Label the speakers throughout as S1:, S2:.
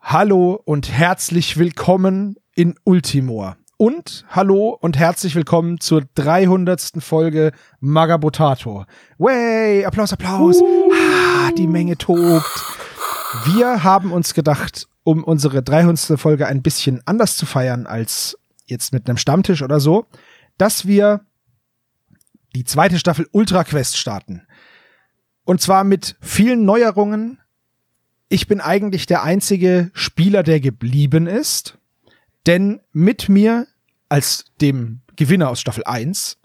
S1: Hallo und herzlich willkommen in Ultimor. Und hallo und herzlich willkommen zur 300. Folge Magabotato. Way, Applaus, Applaus. Ah, die Menge tobt. Wir haben uns gedacht, um unsere 300. Folge ein bisschen anders zu feiern als jetzt mit einem Stammtisch oder so, dass wir die zweite Staffel Ultra Quest starten. Und zwar mit vielen Neuerungen. Ich bin eigentlich der einzige Spieler, der geblieben ist. Denn mit mir als dem Gewinner aus Staffel 1,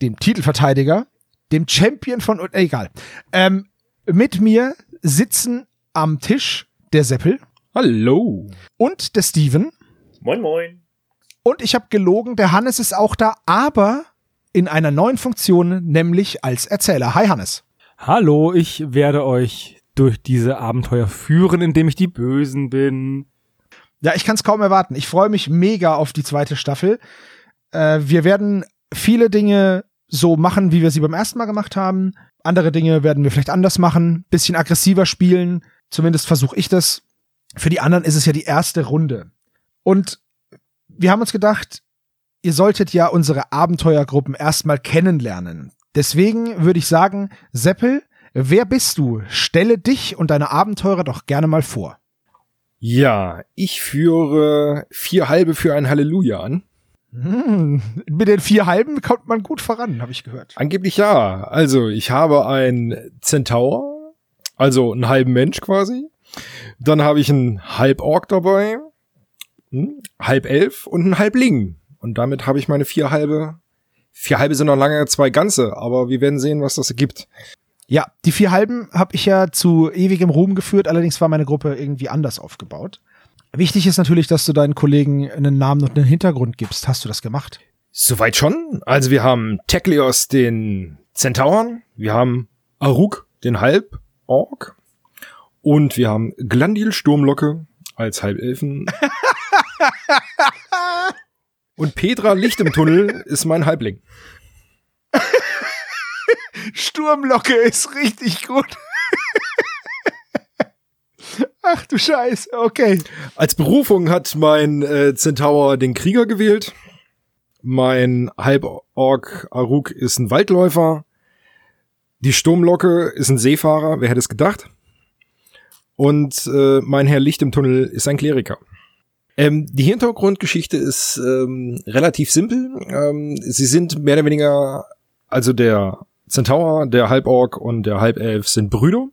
S1: dem Titelverteidiger, dem Champion von, äh, egal, ähm, mit mir sitzen am Tisch der Seppel
S2: Hallo.
S1: und der Steven.
S3: Moin, moin.
S1: Und ich habe gelogen, der Hannes ist auch da, aber in einer neuen Funktion, nämlich als Erzähler. Hi Hannes.
S2: Hallo, ich werde euch durch diese Abenteuer führen, indem ich die Bösen bin.
S1: Ja, ich kann es kaum erwarten. Ich freue mich mega auf die zweite Staffel. Äh, wir werden viele Dinge so machen, wie wir sie beim ersten Mal gemacht haben. Andere Dinge werden wir vielleicht anders machen, bisschen aggressiver spielen. Zumindest versuche ich das. Für die anderen ist es ja die erste Runde. Und wir haben uns gedacht, ihr solltet ja unsere Abenteuergruppen erstmal kennenlernen. Deswegen würde ich sagen, Seppel, wer bist du? Stelle dich und deine Abenteurer doch gerne mal vor.
S4: Ja, ich führe vier halbe für ein Halleluja an.
S1: Hm, mit den vier halben kommt man gut voran, habe ich gehört.
S4: Angeblich ja. Also, ich habe einen Zentaur, also einen halben Mensch quasi. Dann habe ich einen Halborg dabei, hm, halb elf und einen Halbling. Und damit habe ich meine vier halbe. Vier halbe sind noch lange zwei ganze, aber wir werden sehen, was das ergibt.
S1: Ja, die vier halben habe ich ja zu ewigem Ruhm geführt, allerdings war meine Gruppe irgendwie anders aufgebaut. Wichtig ist natürlich, dass du deinen Kollegen einen Namen und einen Hintergrund gibst. Hast du das gemacht?
S4: Soweit schon. Also wir haben Tekleos, den Zentauren, wir haben Aruk, den Halb-Ork und wir haben Glandil Sturmlocke als Halbelfen. und Petra Licht im Tunnel ist mein Halbling.
S1: Sturmlocke ist richtig gut. Ach du Scheiße, okay.
S4: Als Berufung hat mein äh, Zentaur den Krieger gewählt. Mein Halborg Aruk ist ein Waldläufer. Die Sturmlocke ist ein Seefahrer, wer hätte es gedacht? Und äh, mein Herr Licht im Tunnel ist ein Kleriker. Ähm, die Hintergrundgeschichte ist ähm, relativ simpel. Ähm, sie sind mehr oder weniger, also der Zentaur, der Halborg und der Halbelf sind Brüder.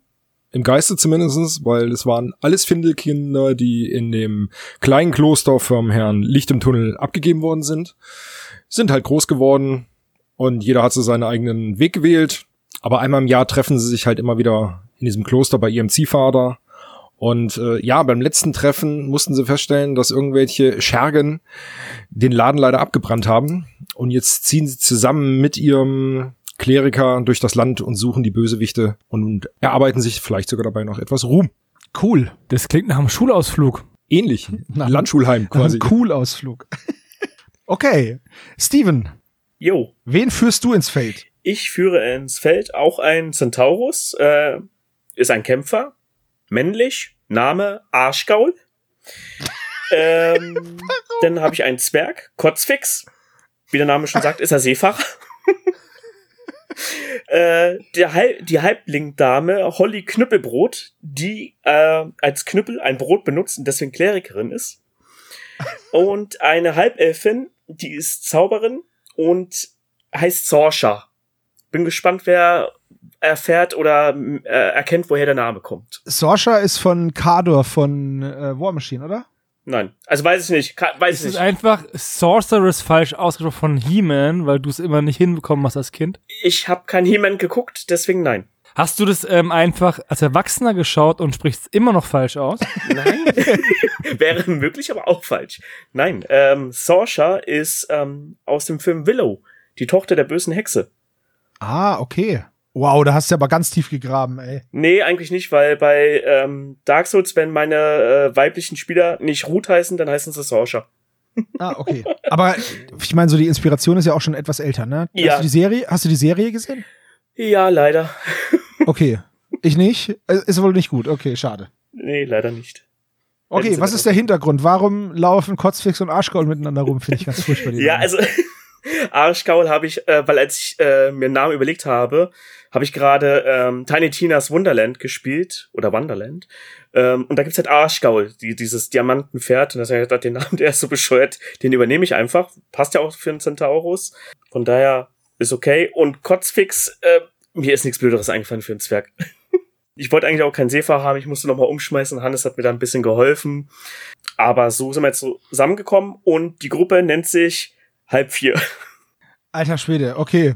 S4: Im Geiste zumindestens, weil es waren alles Findelkinder, die in dem kleinen Kloster vom Herrn Licht im Tunnel abgegeben worden sind. Sind halt groß geworden und jeder hat so seinen eigenen Weg gewählt. Aber einmal im Jahr treffen sie sich halt immer wieder in diesem Kloster bei ihrem Ziehvater. Und äh, ja, beim letzten Treffen mussten sie feststellen, dass irgendwelche Schergen den Laden leider abgebrannt haben. Und jetzt ziehen sie zusammen mit ihrem Kleriker durch das Land und suchen die Bösewichte und erarbeiten sich vielleicht sogar dabei noch etwas Ruhm.
S1: Cool.
S2: Das klingt nach einem Schulausflug.
S4: Ähnlich.
S1: Na,
S4: Landschulheim quasi.
S1: Cool Ausflug. Okay. Steven,
S3: Jo,
S1: wen führst du ins Feld?
S3: ich führe ins Feld auch einen Centaurus, äh, ist ein Kämpfer, männlich, Name Arschgaul. ähm, dann habe ich einen Zwerg, Kotzfix. Wie der Name schon sagt, ist er Seefahrer. äh, der Hal die Halblingdame Holly Knüppelbrot, die äh, als Knüppel ein Brot benutzt und deswegen Klerikerin ist. Und eine Halbelfin, die ist Zauberin und heißt Sorsha. Bin gespannt, wer erfährt oder m, äh, erkennt, woher der Name kommt.
S1: Sorsha ist von Kador von äh, War Machine, oder?
S3: Nein, also weiß ich nicht. Ka-
S2: Es
S3: Weiß ich
S2: ist
S3: nicht.
S2: einfach Sorceress falsch ausgesprochen von He-Man, weil du es immer nicht hinbekommen hast als Kind.
S3: Ich habe kein He-Man geguckt, deswegen nein.
S2: Hast du das ähm, einfach als Erwachsener geschaut und sprichst es immer noch falsch aus?
S3: Nein. Wäre möglich, aber auch falsch. Nein, ähm, Sorsha ist ähm, aus dem Film Willow, die Tochter der bösen Hexe.
S1: Ah, okay. Wow, da hast du aber ganz tief gegraben, ey.
S3: Nee, eigentlich nicht, weil bei ähm, Dark Souls, wenn meine äh, weiblichen Spieler nicht Ruth heißen, dann heißen sie Sorsha.
S1: Ah, okay. Aber ich meine, so die Inspiration ist ja auch schon etwas älter, ne?
S3: Ja.
S1: Hast du die Serie, hast du die Serie gesehen?
S3: Ja, leider.
S1: Okay. Ich nicht. Äh, Ist wohl nicht gut. Okay, schade.
S3: Nee, leider nicht.
S1: Okay,
S3: Wenn sie
S1: was
S3: das-
S1: ist der Hintergrund? Warum laufen Kotzfix und Arschgaul miteinander rum? Finde ich ganz furchtbar. die
S3: Ja,
S1: Namen.
S3: also Arschgaul habe ich, äh, weil als ich äh, mir einen Namen überlegt habe, habe ich gerade ähm, Tiny Tinas Wonderland gespielt oder Wonderland. Ähm, und da gibt's halt Arschgaul, die, dieses Diamantenpferd. Und das habe ich gedacht, den Namen, der ist so bescheuert, den übernehme ich einfach. Passt ja auch für einen Centaurus. Von daher ist okay. Und Kotzfix, äh, mir ist nichts Blöderes eingefallen für einen Zwerg. Ich wollte eigentlich auch keinen Seefahrer haben, ich musste nochmal umschmeißen. Hannes hat mir da ein bisschen geholfen. Aber so sind wir jetzt zusammengekommen und die Gruppe nennt sich Halb vier.
S1: Alter Schwede, okay.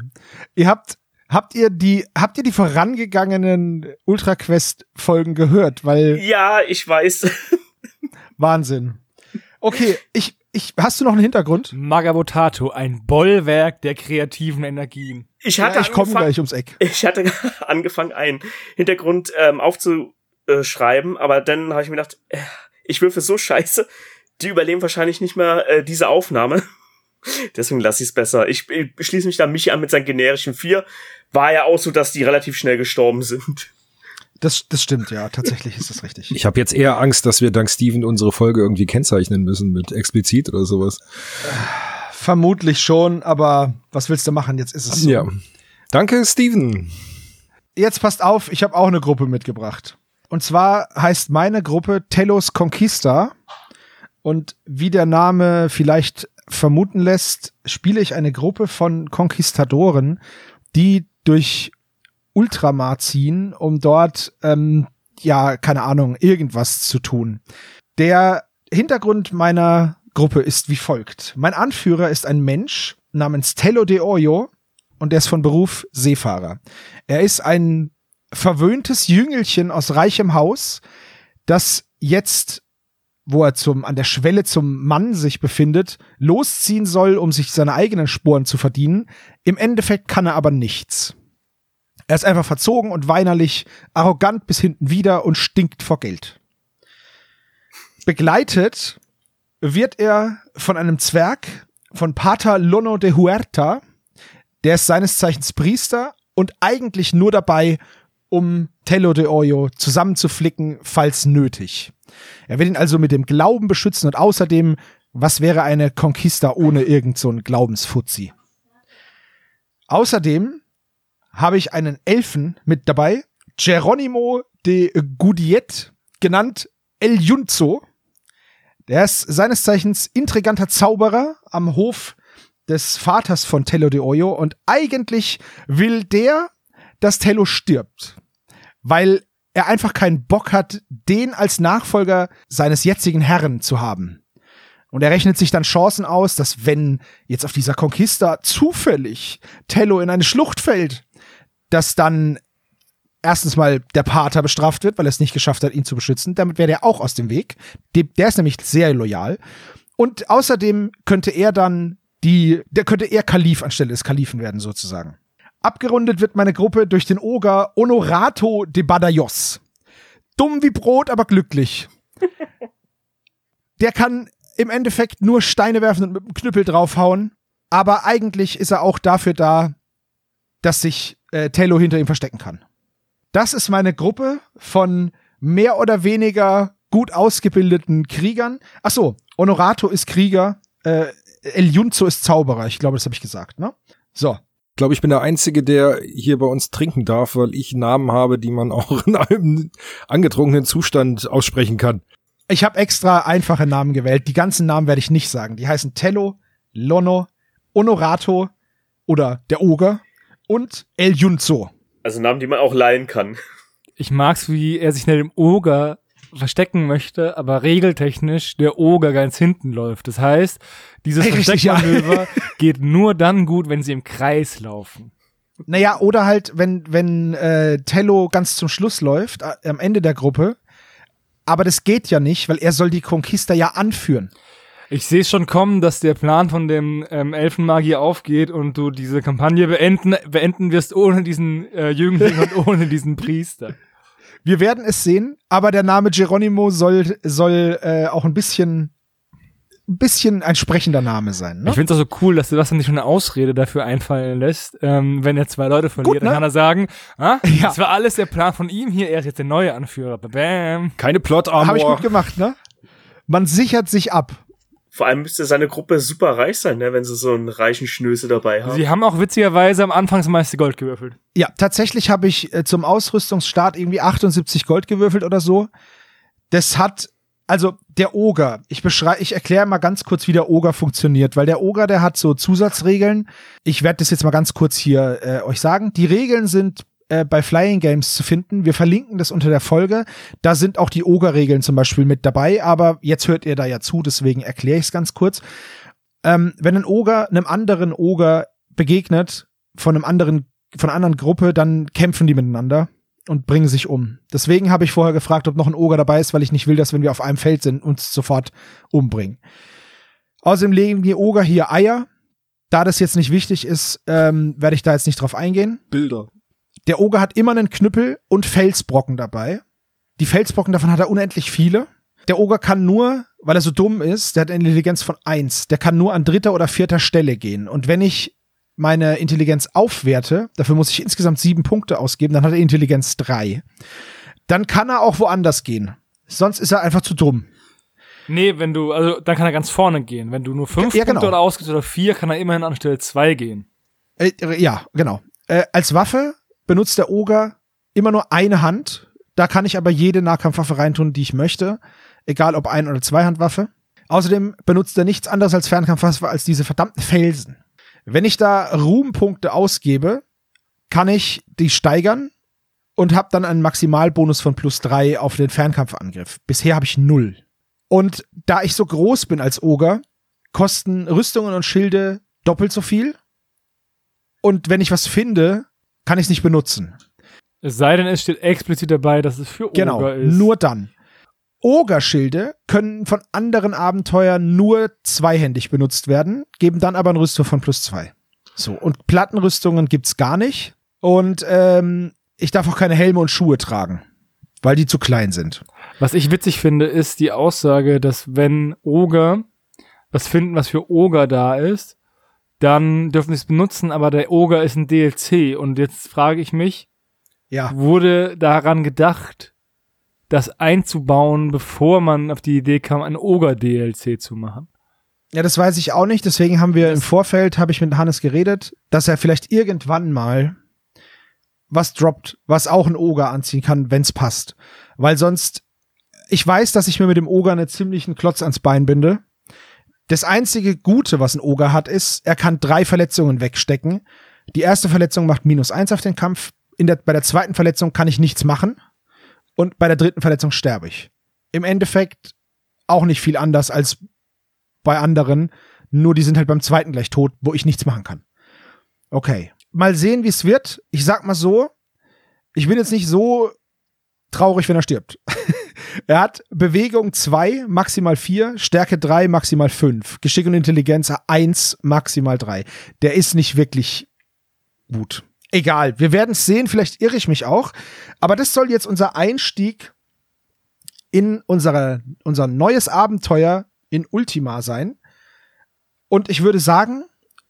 S1: Ihr habt, habt ihr die, habt ihr die vorangegangenen Ultra Quest Folgen gehört? Weil
S3: Ja, ich weiß.
S1: Wahnsinn. Okay, ich, ich, hast du noch einen Hintergrund?
S2: Magabotato, ein Bollwerk der kreativen Energien.
S3: Ich hatte,
S1: ja, ich komme
S3: angefangen,
S1: gleich ums Eck.
S3: ich hatte angefangen, einen Hintergrund ähm, aufzuschreiben, aber dann habe ich mir gedacht, äh, ich würfe so scheiße, die überleben wahrscheinlich nicht mehr äh, diese Aufnahme. Deswegen lasse ich es besser. Ich, ich schließe mich da Michi an mit seinen generischen vier. War ja auch so, dass die relativ schnell gestorben sind.
S1: Das, das stimmt, ja. Tatsächlich ist das richtig.
S4: Ich habe jetzt eher Angst, dass wir dank Steven unsere Folge irgendwie kennzeichnen müssen mit explizit oder sowas.
S1: Vermutlich schon, aber was willst du machen? Jetzt ist es so.
S4: Ja. Danke, Steven.
S1: Jetzt passt auf, ich habe auch eine Gruppe mitgebracht. Und zwar heißt meine Gruppe Telos Conquista. Und wie der Name vielleicht vermuten lässt, spiele ich eine Gruppe von Konquistadoren, die durch Ultramar ziehen, um dort, ähm, ja, keine Ahnung, irgendwas zu tun. Der Hintergrund meiner Gruppe ist wie folgt. Mein Anführer ist ein Mensch namens Telo de Oyo und der ist von Beruf Seefahrer. Er ist ein verwöhntes Jüngelchen aus reichem Haus, das jetzt, wo er zum, an der Schwelle zum Mann sich befindet, losziehen soll, um sich seine eigenen Sporen zu verdienen. Im Endeffekt kann er aber nichts. Er ist einfach verzogen und weinerlich, arrogant bis hinten wieder und stinkt vor Geld. Begleitet wird er von einem Zwerg, von Pater Lono de Huerta, der ist seines Zeichens Priester und eigentlich nur dabei, um Tello de Oyo zusammenzuflicken, falls nötig. Er will ihn also mit dem Glauben beschützen und außerdem, was wäre eine Conquista ohne irgend so einen Glaubensfuzzi? Außerdem habe ich einen Elfen mit dabei, Geronimo de Gudiet, genannt El Junzo. Der ist seines Zeichens intriganter Zauberer am Hof des Vaters von Tello de Oyo und eigentlich will der, dass Tello stirbt, weil er einfach keinen Bock hat, den als Nachfolger seines jetzigen Herrn zu haben. Und er rechnet sich dann Chancen aus, dass wenn jetzt auf dieser Conquista zufällig Tello in eine Schlucht fällt, dass dann erstens mal der Pater bestraft wird, weil er es nicht geschafft hat, ihn zu beschützen. Damit wäre der auch aus dem Weg. Dem- Der ist nämlich sehr loyal. Und außerdem könnte er dann die, der könnte er Kalif anstelle des Kalifen werden, sozusagen. Abgerundet wird meine Gruppe durch den Oger Honorato de Badajoz. Dumm wie Brot, aber glücklich. Der kann im Endeffekt nur Steine werfen und mit dem Knüppel draufhauen. Aber eigentlich ist er auch dafür da, dass sich äh, Tello hinter ihm verstecken kann. Das ist meine Gruppe von mehr oder weniger gut ausgebildeten Kriegern. Ach so, Honorato ist Krieger, äh, El Junzo ist Zauberer. Ich glaube, das habe ich gesagt, ne? So.
S4: Ich glaube, ich bin der Einzige, der hier bei uns trinken darf, weil ich Namen habe, die man auch in einem angetrunkenen Zustand aussprechen kann.
S1: Ich habe extra einfache Namen gewählt. Die ganzen Namen werde ich nicht sagen. Die heißen Tello, Lono, Honorato oder der Oger und El Junzo.
S3: Also Namen, die man auch leihen kann.
S2: Ich mag's, wie er sich hinter dem Oger verstecken möchte, aber regeltechnisch der Oger ganz hinten läuft. Das heißt, dieses
S1: Richtig,
S2: Versteckmanöver geht nur dann gut, wenn sie im Kreis laufen.
S1: Naja, oder halt, wenn, wenn äh, Tello ganz zum Schluss läuft, a- am Ende der Gruppe. Aber das geht ja nicht, weil er soll die Conquista ja anführen.
S2: Ich sehe schon kommen, dass der Plan von dem ähm, Elfenmagier aufgeht und du diese Kampagne beenden, beenden wirst ohne diesen äh, Jüngling und ohne diesen Priester.
S1: Wir werden es sehen, aber der Name Geronimo soll, soll äh, auch ein bisschen, ein bisschen ein sprechender Name sein. Ne?
S2: Ich find's auch so cool, dass du das nicht schon eine Ausrede dafür einfallen lässt, ähm, wenn er zwei Leute verliert,
S1: Gut, ne?
S2: dann kann er sagen, ah,
S1: Ja.
S2: das war alles der Plan von ihm hier, er ist jetzt der neue Anführer. Bam.
S4: Keine
S1: Habe ich gut
S4: Plot-Armor.
S1: gemacht, ne? Man sichert sich ab.
S3: Vor allem müsste seine Gruppe super reich sein, ne, wenn sie so einen reichen Schnösel dabei haben.
S2: Sie haben auch witzigerweise am Anfang das meiste Gold gewürfelt.
S1: Ja, tatsächlich habe ich äh, zum Ausrüstungsstart irgendwie 78 Gold gewürfelt oder so. Das hat, also der Oger, ich beschreibe, ich erkläre mal ganz kurz, wie der Oger funktioniert, weil der Oger, der hat so Zusatzregeln. Ich werde das jetzt mal ganz kurz hier äh, euch sagen. Die Regeln sind äh, bei Flying Games zu finden. Wir verlinken das unter der Folge. Da sind auch die Oger-Regeln zum Beispiel mit dabei, aber jetzt hört ihr da ja zu, deswegen erkläre ich es ganz kurz. Ähm, wenn ein Oger einem anderen Oger begegnet, von einem anderen, von einer anderen Gruppe, dann kämpfen die miteinander und bringen sich um. Deswegen habe ich vorher gefragt, ob noch ein Oger dabei ist, weil ich nicht will, dass wenn wir auf einem Feld sind, uns sofort umbringen. Außerdem legen die Oger hier Eier. Da das jetzt nicht wichtig ist, ähm, werde ich da jetzt nicht drauf eingehen.
S4: Bilder.
S1: Der Oger hat immer einen Knüppel und Felsbrocken dabei. Die Felsbrocken davon hat er unendlich viele. Der Oger kann nur, weil er so dumm ist, der hat eine Intelligenz von eins. der kann nur an dritter oder vierter Stelle gehen. Und wenn ich meine Intelligenz aufwerte, dafür muss ich insgesamt sieben Punkte ausgeben, dann hat er Intelligenz drei. Dann kann er auch woanders gehen. Sonst ist er einfach zu dumm.
S2: Nee, wenn du, also dann kann er ganz vorne gehen. Wenn du nur fünf
S1: Ja, ja,
S2: Punkte
S1: genau.
S2: oder ausgibst oder vier, kann er immerhin an Stelle zwei gehen.
S1: Äh, ja, genau. Äh, als Waffe benutzt der Oger immer nur eine Hand. Da kann ich aber jede Nahkampfwaffe reintun, die ich möchte. Egal ob Ein- oder Zweihandwaffe. Außerdem benutzt er nichts anderes als Fernkampfwaffe als diese verdammten Felsen. Wenn ich da Ruhmpunkte ausgebe, kann ich die steigern und habe dann einen Maximalbonus von plus drei auf den Fernkampfangriff. Bisher habe ich null. Und da ich so groß bin als Oger, kosten Rüstungen und Schilde doppelt so viel. Und wenn ich was finde, kann ich es nicht benutzen.
S2: Es sei denn, es steht explizit dabei, dass es für
S1: Genau,
S2: Oger ist.
S1: nur dann. Ogerschilde können von anderen Abenteuern nur zweihändig benutzt werden, geben dann aber eine Rüstung von plus zwei. So, und Plattenrüstungen gibt's gar nicht. Und ähm, ich darf auch keine Helme und Schuhe tragen, weil die zu klein sind.
S2: Was ich witzig finde, ist die Aussage, dass wenn Oger was finden, was für Oger da ist, dann dürfen sie es benutzen, aber der Oger ist ein DLC. Und jetzt frage ich mich,
S1: Ja,
S2: wurde daran gedacht, das einzubauen, bevor man auf die Idee kam, ein Oger-DLC zu machen?
S1: ja, das weiß ich auch nicht. Deswegen haben wir im Vorfeld, habe ich mit Hannes geredet, dass er vielleicht irgendwann mal was droppt, was auch ein Oger anziehen kann, wenn's passt. Weil sonst, ich weiß, dass ich mir mit dem Oger einen ziemlichen Klotz ans Bein binde. Das einzige Gute, was ein Oger hat, ist, er kann drei Verletzungen wegstecken. Die erste Verletzung macht minus eins auf den Kampf. In der, bei der zweiten Verletzung kann ich nichts machen. Und bei der dritten Verletzung sterbe ich. Im Endeffekt auch nicht viel anders als bei anderen. Nur die sind halt beim zweiten gleich tot, wo ich nichts machen kann. Okay. Mal sehen, wie es wird. Ich sag mal so, ich bin jetzt nicht so traurig, wenn er stirbt. er hat Bewegung 2, maximal 4, Stärke 3, maximal 5, Geschick und Intelligenz 1, maximal 3. Der ist nicht wirklich gut. Egal, wir werden es sehen, vielleicht irre ich mich auch. Aber das soll jetzt unser Einstieg in unsere, unser neues Abenteuer in Ultima sein. Und ich würde sagen,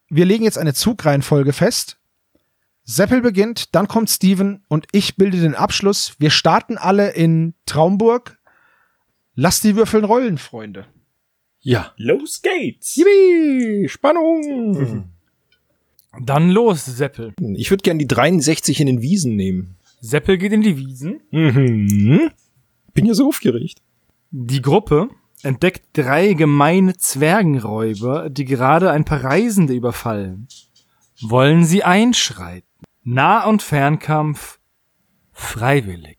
S1: wir legen jetzt eine Zugreihenfolge fest. Seppel beginnt, dann kommt Steven und ich bilde den Abschluss. Wir starten alle in Traumburg. Lasst die Würfeln rollen, Freunde.
S4: Ja.
S3: Los geht's!
S4: Yippie, Spannung.
S2: Dann los, Seppel.
S4: Ich würde gern die 63 in den Wiesen nehmen.
S2: Seppel geht in die Wiesen.
S4: Mhm. Bin ja so aufgeregt.
S2: Die Gruppe entdeckt drei gemeine Zwergenräuber, die gerade ein paar Reisende überfallen. Wollen sie einschreiten? Nah- und Fernkampf freiwillig.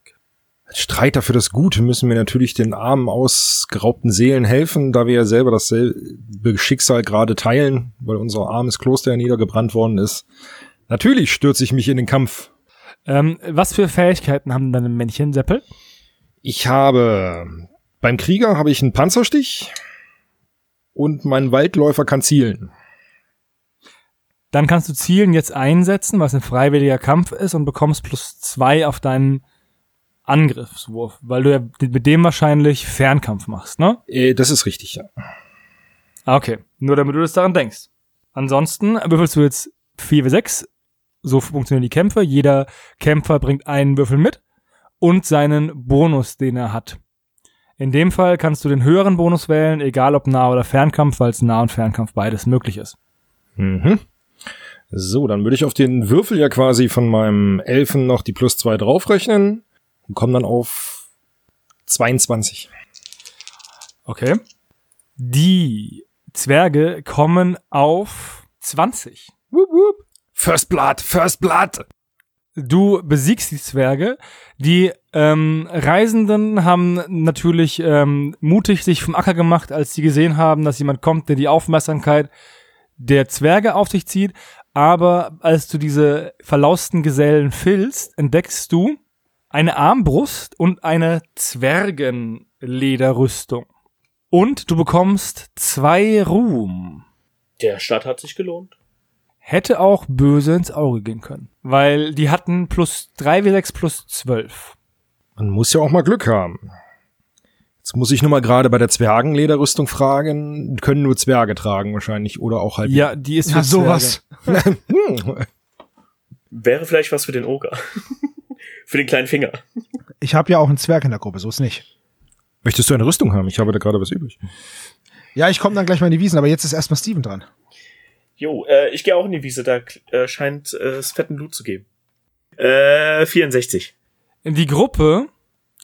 S4: Als Streiter für das Gute müssen wir natürlich den armen, ausgeraubten Seelen helfen, da wir ja selber dasselbe Schicksal gerade teilen, weil unser armes Kloster ja niedergebrannt worden ist. Natürlich stürze ich mich in den Kampf.
S2: Ähm, was für Fähigkeiten haben deine Männchen, Seppel?
S4: Ich habe beim Krieger habe ich einen Panzerstich und mein Waldläufer kann zielen.
S2: Dann kannst du Zielen jetzt einsetzen, was ein freiwilliger Kampf ist, und bekommst plus zwei auf deinen Angriffswurf, weil du ja mit dem wahrscheinlich Fernkampf machst, ne?
S4: Äh, das ist richtig, ja.
S2: Ah, okay. Nur damit du das daran denkst. Ansonsten würfelst du jetzt 4 w 6. So funktionieren die Kämpfe. Jeder Kämpfer bringt einen Würfel mit und seinen Bonus, den er hat. In dem Fall kannst du den höheren Bonus wählen, egal ob Nah- oder Fernkampf, weil es Nah- und Fernkampf beides möglich ist.
S4: Mhm. So, dann würde ich auf den Würfel ja quasi von meinem Elfen noch die plus zwei draufrechnen und komme dann auf 22.
S2: Okay. Die Zwerge kommen auf 20. Wup, wup.
S4: First Blood, First Blood!
S2: Du besiegst die Zwerge. Die ähm, Reisenden haben natürlich ähm, mutig sich vom Acker gemacht, als sie gesehen haben, dass jemand kommt, der die Aufmerksamkeit der Zwerge auf sich zieht. Aber als du diese verlausten Gesellen filzt, entdeckst du eine Armbrust und eine Zwergenlederrüstung. Und du bekommst zwei Ruhm.
S3: Der Stadt hat sich gelohnt.
S2: Hätte auch böse ins Auge gehen können. Weil die hatten plus 3 W6 plus 12.
S4: Man muss ja auch mal Glück haben. Jetzt muss ich nur mal gerade bei der Zwergenlederrüstung fragen. Können nur Zwerge tragen wahrscheinlich oder auch halt.
S2: Ja, die ist
S1: Ja,
S2: für
S1: sowas.
S4: Hm.
S3: Wäre vielleicht was für den Oger. für den kleinen Finger.
S1: Ich habe ja auch einen Zwerg in der Gruppe, so ist nicht.
S4: Möchtest du eine Rüstung haben? Ich habe da gerade was übrig.
S1: Ja, ich komme dann gleich mal in die Wiesen, aber jetzt ist erstmal Steven dran.
S3: Jo, äh, ich gehe auch in die Wiese, da äh, scheint äh, es fetten Loot zu geben. Äh, 64.
S2: Die Gruppe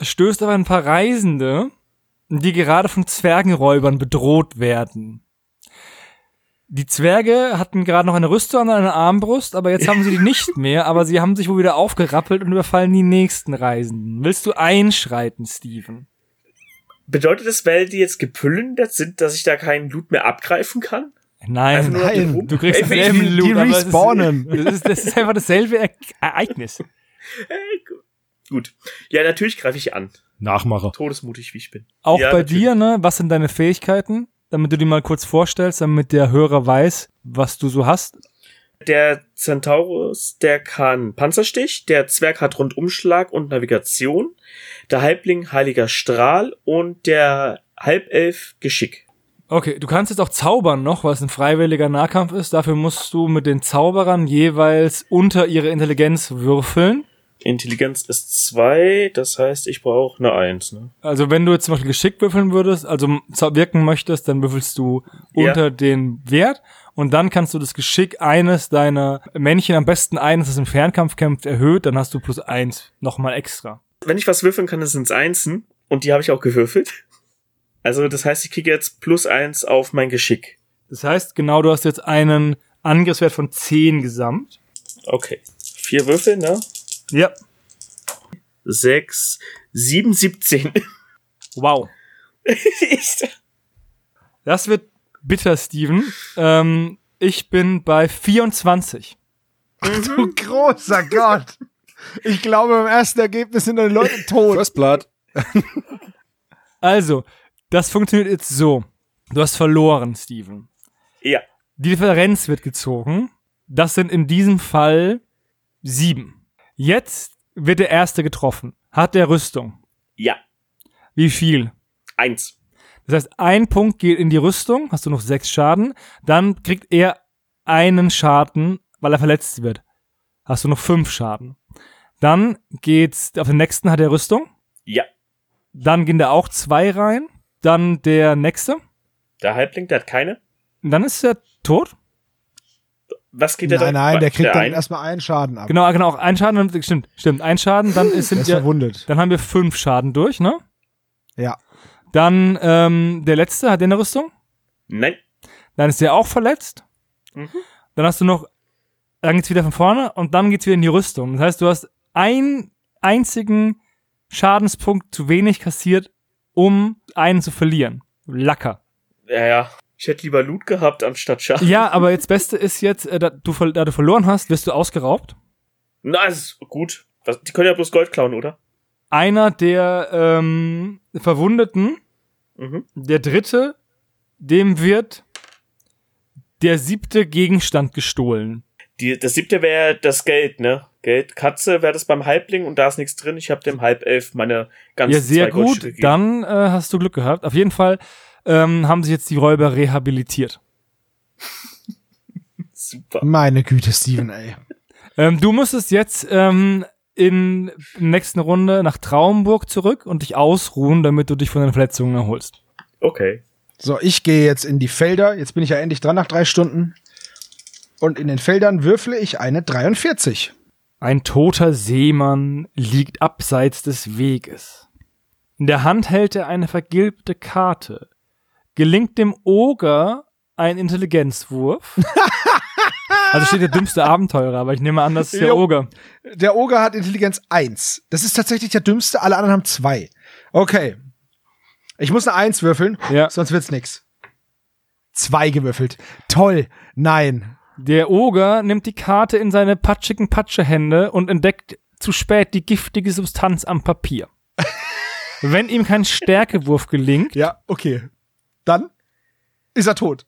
S2: stößt auf ein paar Reisende, die gerade von Zwergenräubern bedroht werden. Die Zwerge hatten gerade noch eine Rüstung und eine Armbrust, aber jetzt haben sie die nicht mehr, aber sie haben sich wohl wieder aufgerappelt und überfallen die nächsten Reisenden. Willst du einschreiten, Steven?
S3: Bedeutet das, weil die jetzt geplündert sind, dass ich da keinen Loot mehr abgreifen kann?
S2: Nein,
S3: Also nur noch
S1: nein,
S3: den Ruhm?
S2: du kriegst
S3: Ey,
S2: denselben
S1: die- die
S2: Loot. aber es ist-
S1: respawnen.
S2: Das ist, das ist einfach dasselbe E- Ereignis.
S3: Gut. Ja, natürlich greife ich an.
S4: Nachmacher.
S3: Todesmutig, wie ich bin.
S2: Auch
S3: Ja,
S2: bei
S3: natürlich.
S2: dir, ne? Was sind deine Fähigkeiten? Damit du die mal kurz vorstellst, damit der Hörer weiß, was du so hast.
S3: Der Centaurus, der kann Panzerstich, der Zwerg hat Rundumschlag und Navigation, der Halbling Heiliger Strahl und der Halbelf Geschick.
S2: Okay, du kannst jetzt auch zaubern noch, weil es ein freiwilliger Nahkampf ist. Dafür musst du mit den Zauberern jeweils unter ihre Intelligenz würfeln.
S3: Intelligenz ist zwei, das heißt, ich brauche eine eins. Ne?
S2: Also wenn du jetzt zum Beispiel geschickt würfeln würdest, also zau- wirken möchtest, dann würfelst du
S3: Ja.
S2: unter den Wert und dann kannst du das Geschick eines deiner Männchen, am besten eines, das im Fernkampf kämpft, erhöht, dann hast du plus eins nochmal extra.
S3: Wenn ich was würfeln kann, dann sind's Einsen und die habe ich auch gewürfelt. Also das heißt, ich kriege jetzt plus eins auf mein Geschick.
S2: Das heißt, genau, du hast jetzt einen Angriffswert von 10 gesamt.
S3: Okay. Vier Würfel, ne?
S2: Ja.
S3: Sechs, sieben, siebzehn.
S2: Wow.
S3: Ich-
S2: Das wird bitter, Steven. Ähm, ich bin bei 24.
S1: Du großer Gott. Ich glaube, beim ersten Ergebnis sind deine Leute tot.
S4: First Blood.
S2: Also, das funktioniert jetzt so. Du hast verloren, Steven.
S3: ja.
S2: Die Differenz wird gezogen. Das sind in diesem Fall sieben. Jetzt wird der erste getroffen. Hat der Rüstung.
S3: Ja.
S2: Wie viel?
S3: Eins.
S2: Das heißt, ein Punkt geht in die Rüstung, hast du noch sechs Schaden. Dann kriegt er einen Schaden, weil er verletzt wird. Hast du noch fünf Schaden. Dann geht's, auf den nächsten hat er Rüstung.
S3: Ja.
S2: Dann gehen da auch zwei rein. Dann der nächste.
S3: Der Halbling, der hat keine.
S2: Und dann ist er tot.
S3: Was geht der da?
S1: Nein, nein, der kriegt dann
S3: ein?
S1: erstmal einen Schaden ab.
S2: Genau, genau, auch ein Schaden. dann- Stimmt, stimmt, ein Schaden. Dann ist,
S1: Der
S2: sind
S1: ist
S2: ja,
S1: verwundet.
S2: dann haben wir fünf Schaden durch, ne?
S1: Ja.
S2: Dann ähm, der letzte, hat der eine Rüstung?
S3: Nein.
S2: Dann ist der auch verletzt.
S3: Mhm.
S2: Dann hast du noch, dann geht's wieder von vorne und dann geht's wieder in die Rüstung. Das heißt, du hast einen einzigen Schadenspunkt zu wenig kassiert, um einen zu verlieren. Lacker.
S3: Ja, ja. Ich hätte lieber Loot gehabt anstatt Schaden.
S2: Ja, aber jetzt Beste ist jetzt, äh, da du, ver- da du verloren hast, wirst du ausgeraubt.
S3: Na, ist gut. Was- Die können ja bloß Gold klauen, oder?
S2: Einer der ähm, Verwundeten,
S3: Mhm.
S2: der dritte, dem wird der siebte Gegenstand gestohlen.
S3: Die, das siebte wäre das Geld, ne? Geld, Katze wäre das beim Halbling und da ist nichts drin. Ich habe dem Halbelf meine ganzen
S2: Ja, sehr
S3: zwei
S2: gut.
S3: Goldstücke gegeben.
S2: Dann äh, hast du Glück gehabt. Auf jeden Fall ähm, haben sich jetzt die Räuber rehabilitiert.
S3: Super.
S1: Meine Güte, Steven, ey.
S2: Ähm, du musstest jetzt ähm, in der nächsten Runde nach Traumburg zurück und dich ausruhen, damit du dich von deinen Verletzungen erholst.
S3: Okay.
S1: So, ich gehe jetzt in die Felder. Jetzt bin ich ja endlich dran nach drei Stunden. Und in den Feldern würfle ich eine 43.
S2: Ein toter Seemann liegt abseits des Weges. In der Hand hält er eine vergilbte Karte. Gelingt dem Oger ein Intelligenzwurf. also steht der dümmste Abenteurer, aber ich nehme an, das ist der
S1: Jo.
S2: Oger.
S1: Der Oger hat Intelligenz 1. Das ist tatsächlich der dümmste, alle anderen haben 2. Okay. Ich muss eine 1 würfeln,
S2: Ja.
S1: sonst wird's nix. 2 gewürfelt. Toll. Nein.
S2: Der Oger nimmt die Karte in seine patschigen Patschehände und entdeckt zu spät die giftige Substanz am Papier. Wenn ihm kein Stärkewurf gelingt,
S1: Ja, okay. Dann ist er tot.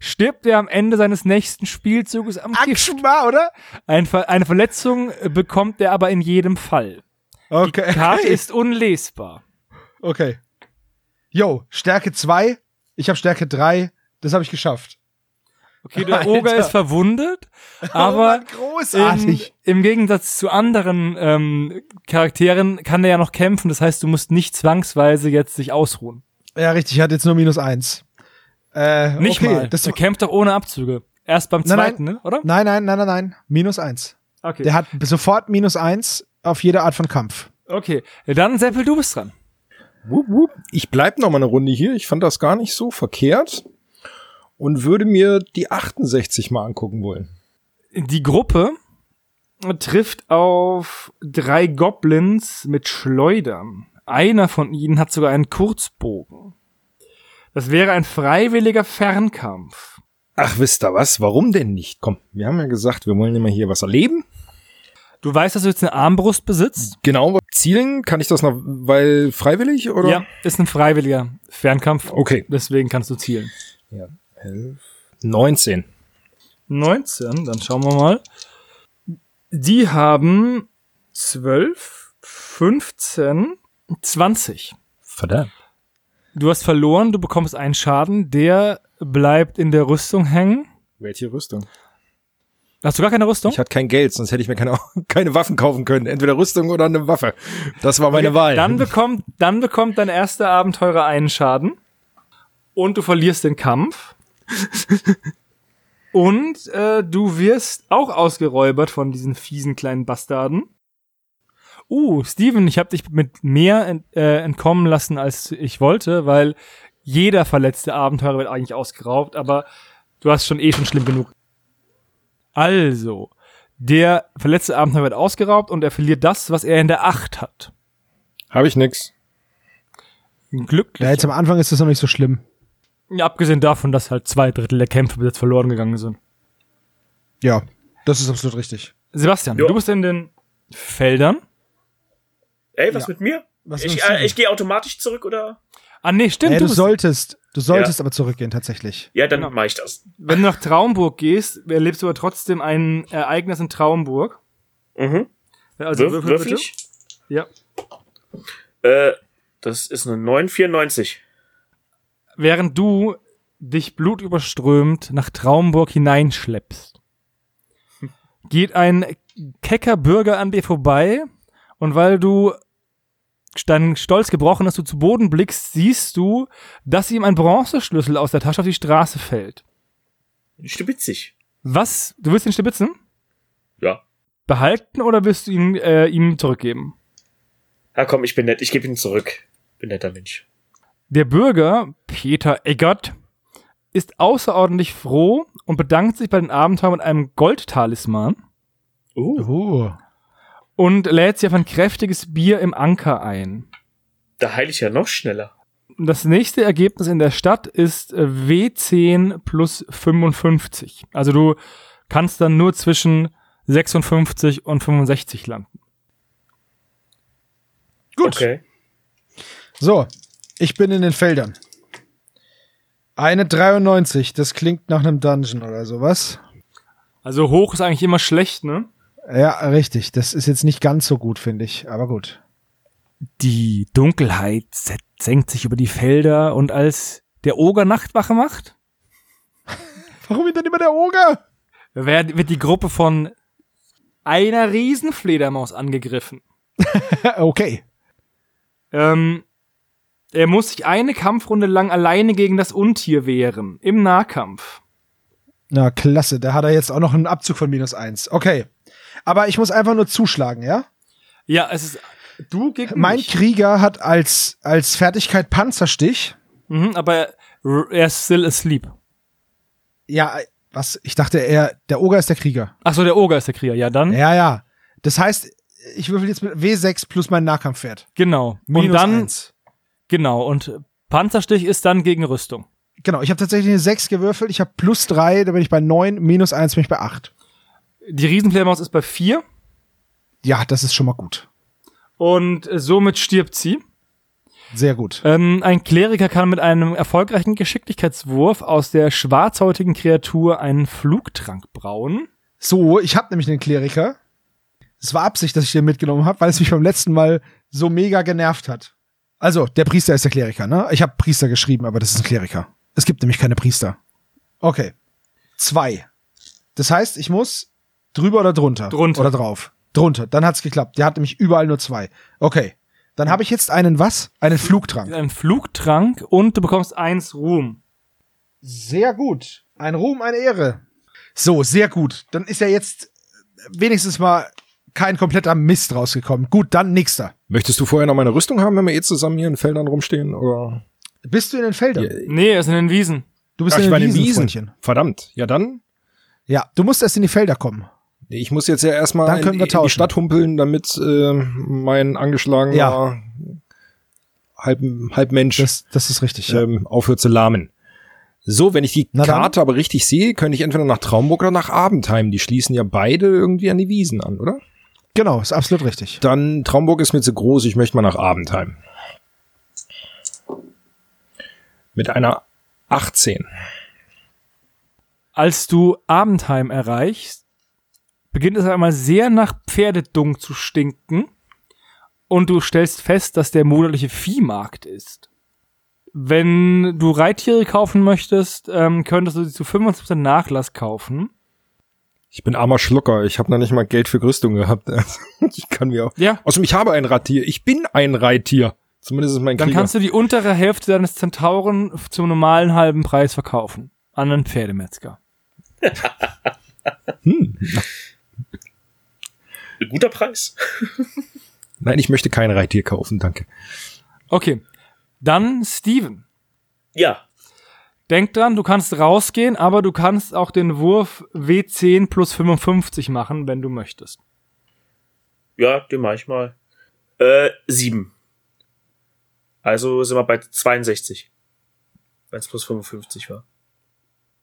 S2: stirbt er am Ende seines nächsten Spielzuges am Gift.
S1: Akschma, oder?
S2: Ein Ver eine Verletzung äh, bekommt er aber in jedem Fall. Die
S1: Okay.
S2: Karte ist unlesbar.
S1: Okay. Yo, Stärke 2. Ich habe Stärke 3. Das habe ich geschafft.
S2: Okay, der
S1: Alter.
S2: Oger ist verwundet, aber
S1: Oh Mann,
S2: in,
S1: großartig.
S2: im Gegensatz zu anderen ähm, Charakteren kann er ja noch kämpfen. Das heißt, du musst nicht zwangsweise jetzt dich ausruhen.
S1: Ja, richtig. Ich hatte jetzt nur minus 1. Äh,
S2: Nicht
S1: okay.
S2: mal.
S1: Das,
S2: er kämpft doch ohne Abzüge. Erst beim
S1: Nein,
S2: zweiten, ne? oder?
S1: nein, nein, nein, nein, nein. Minus 1.
S2: Okay.
S1: Der hat sofort minus eins auf jede Art von Kampf.
S2: okay. Dann, Seppel, du bist dran.
S4: Wupp, wupp. Ich bleib noch mal eine Runde hier. Ich fand das gar nicht so verkehrt und würde mir die 68 mal angucken wollen.
S2: Die Gruppe trifft auf drei Goblins mit Schleudern. Einer von ihnen hat sogar einen Kurzbogen. Das wäre ein freiwilliger Fernkampf.
S4: Ach, wisst ihr was? Warum denn nicht? Komm, wir haben ja gesagt, wir wollen immer hier was erleben.
S2: Du weißt, dass du jetzt eine Armbrust besitzt?
S4: Genau, zielen kann ich das noch, weil freiwillig oder?
S2: Ja, ist ein freiwilliger Fernkampf.
S4: Okay.
S2: Deswegen kannst du zielen.
S4: Ja. 11, 19.
S2: 19, dann schauen wir mal. Die haben 12, 15, 20.
S4: Verdammt.
S2: Du hast verloren, du bekommst einen Schaden, der bleibt in der Rüstung hängen.
S4: Welche Rüstung?
S2: Hast du gar keine Rüstung?
S4: Ich hatte kein Geld, sonst hätte ich mir keine, keine Waffen kaufen können. Entweder Rüstung oder eine Waffe. Das war meine Wahl.
S2: Dann bekommt, dann bekommt dein erster Abenteurer einen Schaden. Und du verlierst den Kampf. und äh, du wirst auch ausgeräubert von diesen fiesen kleinen Bastarden. Uh, Steven, ich habe dich mit mehr ent, äh, entkommen lassen, als ich wollte, weil jeder verletzte Abenteurer wird eigentlich ausgeraubt, aber du hast schon eh schon schlimm genug. Also, der verletzte Abenteurer wird ausgeraubt und er verliert das, was er in der Acht hat.
S4: Habe ich nix.
S2: Ein Glücklicher.
S1: Ja, jetzt am Anfang ist das noch nicht so schlimm.
S2: Hm. Ja, abgesehen davon, dass halt zwei Drittel der Kämpfe bis jetzt verloren gegangen sind.
S1: Ja, das ist absolut richtig.
S2: Sebastian,
S3: Jo.
S2: du bist in den Feldern.
S3: Ey,
S1: Ja.
S3: was mit mir?
S1: Was
S3: ich
S1: willst du?
S3: äh, ich gehe automatisch zurück oder?
S2: Ah, nee, stimmt.
S1: Ey,
S2: du
S1: du
S2: bist,
S1: solltest, du solltest aber zurückgehen tatsächlich.
S3: Ja, dann
S2: Genau.
S3: mache ich das.
S2: wenn du nach Traumburg gehst, erlebst du aber trotzdem ein Ereignis in Traumburg.
S3: Mhm.
S2: Also
S3: Würf-
S2: würfel bitte.
S3: ich?
S2: Ja.
S3: Äh, das ist eine 994.
S2: Während du dich blutüberströmt nach Traumburg hineinschleppst, geht ein kecker Bürger an dir vorbei und weil du dein Stolz gebrochen hast, du zu Boden blickst, siehst du, dass ihm ein Bronzeschlüssel aus der Tasche auf die Straße fällt.
S3: Stibitzig.
S2: Was? Du willst ihn stibitzen?
S3: Ja.
S2: Behalten oder willst du ihn äh, ihm zurückgeben?
S3: Ja, komm, ich bin nett. Ich gebe ihn zurück. Bin netter Mensch.
S2: Der Bürger, Peter Eggert, ist außerordentlich froh und bedankt sich bei den Abenteuern mit einem Goldtalisman.
S3: Uh,
S1: Oh.
S2: und lädt sie auf ein kräftiges Bier im Anker ein.
S3: da heile ich ja noch schneller.
S2: Das nächste Ergebnis in der Stadt ist äh, W10 plus 55. Also du kannst dann nur zwischen 56 und 65 landen.
S1: Gut.
S3: Okay.
S1: So, ich bin in den Feldern. Eine 93, das klingt nach einem Dungeon oder sowas.
S2: Also hoch ist eigentlich immer schlecht, ne?
S1: Ja, richtig. Das ist jetzt nicht ganz so gut, finde ich. Aber gut.
S2: Die Dunkelheit se- senkt sich über die Felder und als der Oger Nachtwache macht,
S1: Warum wird denn immer der Oger?
S2: wer- wird die Gruppe von einer Riesenfledermaus angegriffen.
S1: okay.
S2: Ähm, er muss sich eine Kampfrunde lang alleine gegen das Untier wehren. Im Nahkampf.
S1: Na, klasse. Da hat er jetzt auch noch einen Abzug von minus eins. Okay. Aber ich muss einfach nur zuschlagen, ja?
S2: Ja, es ist. Du gegen
S1: Mein
S2: mich.
S1: Krieger hat als, als Fertigkeit Panzerstich.
S2: Mhm, aber er, er ist still asleep.
S1: Ja, was? Ich dachte, er, der Oger ist der Krieger.
S2: Achso, der Oger ist der Krieger. Ja, dann.
S1: Ja, ja. Das heißt, ich würfel jetzt mit W6 plus meinen Nahkampfwert.
S2: Genau. und dann. Genau. Und Panzerstich ist dann gegen Rüstung.
S1: Genau, ich habe tatsächlich eine 6 gewürfelt. Ich habe plus 3, da bin ich bei 9, minus 1 bin ich bei 8.
S2: Die Riesenfledermaus ist bei 4
S1: Ja, das ist schon mal gut.
S2: und äh, somit stirbt sie.
S1: Sehr gut.
S2: Ähm, ein Kleriker kann mit einem erfolgreichen Geschicklichkeitswurf aus der schwarzhäutigen Kreatur einen Flugtrank brauen.
S1: So, ich habe nämlich einen Kleriker. Es war Absicht, dass ich den mitgenommen habe, weil es mich beim letzten Mal so mega genervt hat. Also, der Priester ist der Kleriker, ne? Ich habe Priester geschrieben, aber das ist ein Kleriker. Es gibt nämlich keine Priester. Okay. Zwei. Das heißt, ich muss drüber oder drunter?
S2: Drunter.
S1: Oder drauf. Drunter. Dann hat's geklappt. Der hat nämlich überall nur zwei. Okay. Dann habe ich jetzt einen was? Einen Flugtrank.
S2: Einen Flugtrank und du bekommst eins Ruhm.
S1: Sehr gut. Ein Ruhm, eine Ehre. So, sehr gut. Dann ist ja jetzt äh, wenigstens mal kein kompletter Mist rausgekommen. Gut, dann nächster.
S4: Möchtest du vorher noch meine Rüstung haben, wenn wir eh zusammen hier in Feldern rumstehen? Oder?
S1: Bist du in den Feldern?
S2: Nee, er ist in den Wiesen.
S1: Du bist
S4: Ach,
S1: in
S4: ich
S1: den
S4: war in den
S1: Wiesen,
S4: Wiesen.
S1: Freundchen.
S4: Verdammt. Ja, dann.
S1: Ja, du musst erst in die Felder kommen.
S4: Ich muss jetzt ja erstmal
S1: Dann können
S4: in,
S1: wir
S4: in die
S1: tauschen.
S4: Stadt humpeln, damit äh, mein angeschlagener
S1: Ja.
S4: halb, halb Mensch
S1: Das, das ist richtig. Ja.
S4: ähm, aufhört zu lahmen. So, wenn ich die
S1: Na dann.
S4: Karte aber richtig sehe, könnte ich entweder nach Traumburg oder nach Abendheim. Die schließen ja beide irgendwie an die Wiesen an, oder?
S1: Genau, ist absolut richtig.
S4: Dann Traumburg ist mir zu groß, ich möchte mal nach Abendheim. Mit einer 18.
S2: Als du Abendheim erreichst, beginnt es einmal sehr nach Pferdedung zu stinken und du stellst fest, dass der monatliche Viehmarkt ist. Wenn du Reittiere kaufen möchtest, ähm, könntest du sie zu 25% Nachlass kaufen.
S4: Ich bin armer Schlucker, ich habe noch nicht mal Geld für Rüstung gehabt. Also, ich kann mir auch.
S2: Ja.
S4: Außerdem, ich habe ein Reittier. Ich bin ein Reittier. Zumindest ist mein
S2: Dann
S4: Krieger.
S2: kannst du die untere Hälfte deines Zentauren f- zum normalen halben Preis verkaufen. An einen Pferdemetzger.
S3: Ein guter Preis.
S4: Nein, ich möchte kein Reittier kaufen, danke.
S2: Okay. Dann Steven.
S3: Ja,
S2: Denk dran, du kannst rausgehen, aber du kannst auch den Wurf W10 plus 55 machen, wenn du möchtest.
S3: ja, den mach ich mal. Äh, sieben. Also sind wir bei 62. Wenn es plus 55 war.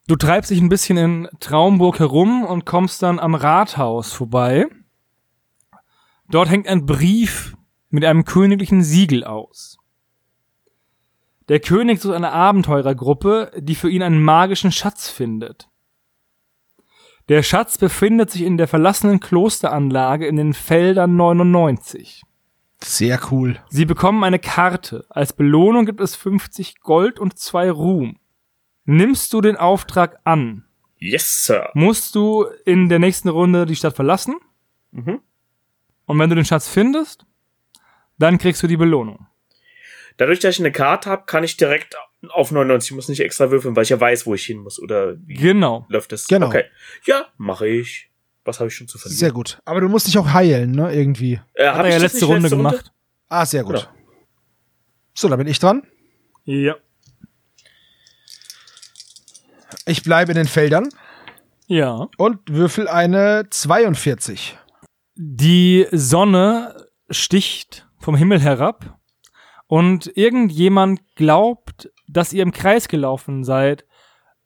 S2: Du treibst dich ein bisschen in Traumburg herum und kommst dann am Rathaus vorbei. Dort hängt ein Brief mit einem königlichen Siegel aus. Der König sucht eine Abenteurergruppe, die für ihn einen magischen Schatz findet. Der Schatz befindet sich in der verlassenen Klosteranlage in den Feldern 99.
S1: Sehr cool.
S2: Sie bekommen eine Karte. Als Belohnung gibt es 50 Gold und zwei Ruhm. Nimmst du den Auftrag an,
S3: Yes, Sir.
S2: musst du in der nächsten Runde die Stadt verlassen.
S3: Mhm.
S2: Und wenn du den Schatz findest, dann kriegst du die Belohnung.
S3: Dadurch, dass ich eine Karte habe, kann ich direkt auf 99, ich muss nicht extra würfeln, weil ich ja weiß, wo ich hin muss. Oder wie
S2: Genau.
S3: läuft das?
S1: Genau.
S3: Okay. Ja, mache ich. Was habe ich schon zu verlieren?
S1: Sehr gut. Aber du musst dich auch heilen, ne? Irgendwie.
S3: Äh,
S2: Hat
S3: hab
S2: er
S3: ich
S2: ja
S3: das
S2: letzte
S3: nicht
S2: Runde gemacht.
S1: Ah, sehr gut.
S3: Genau.
S1: So, da bin ich dran.
S2: Ja.
S1: Ich bleibe in den Feldern
S2: Ja.
S1: und würfel eine 42.
S2: Die Sonne sticht vom Himmel herab und irgendjemand glaubt, dass ihr im Kreis gelaufen seid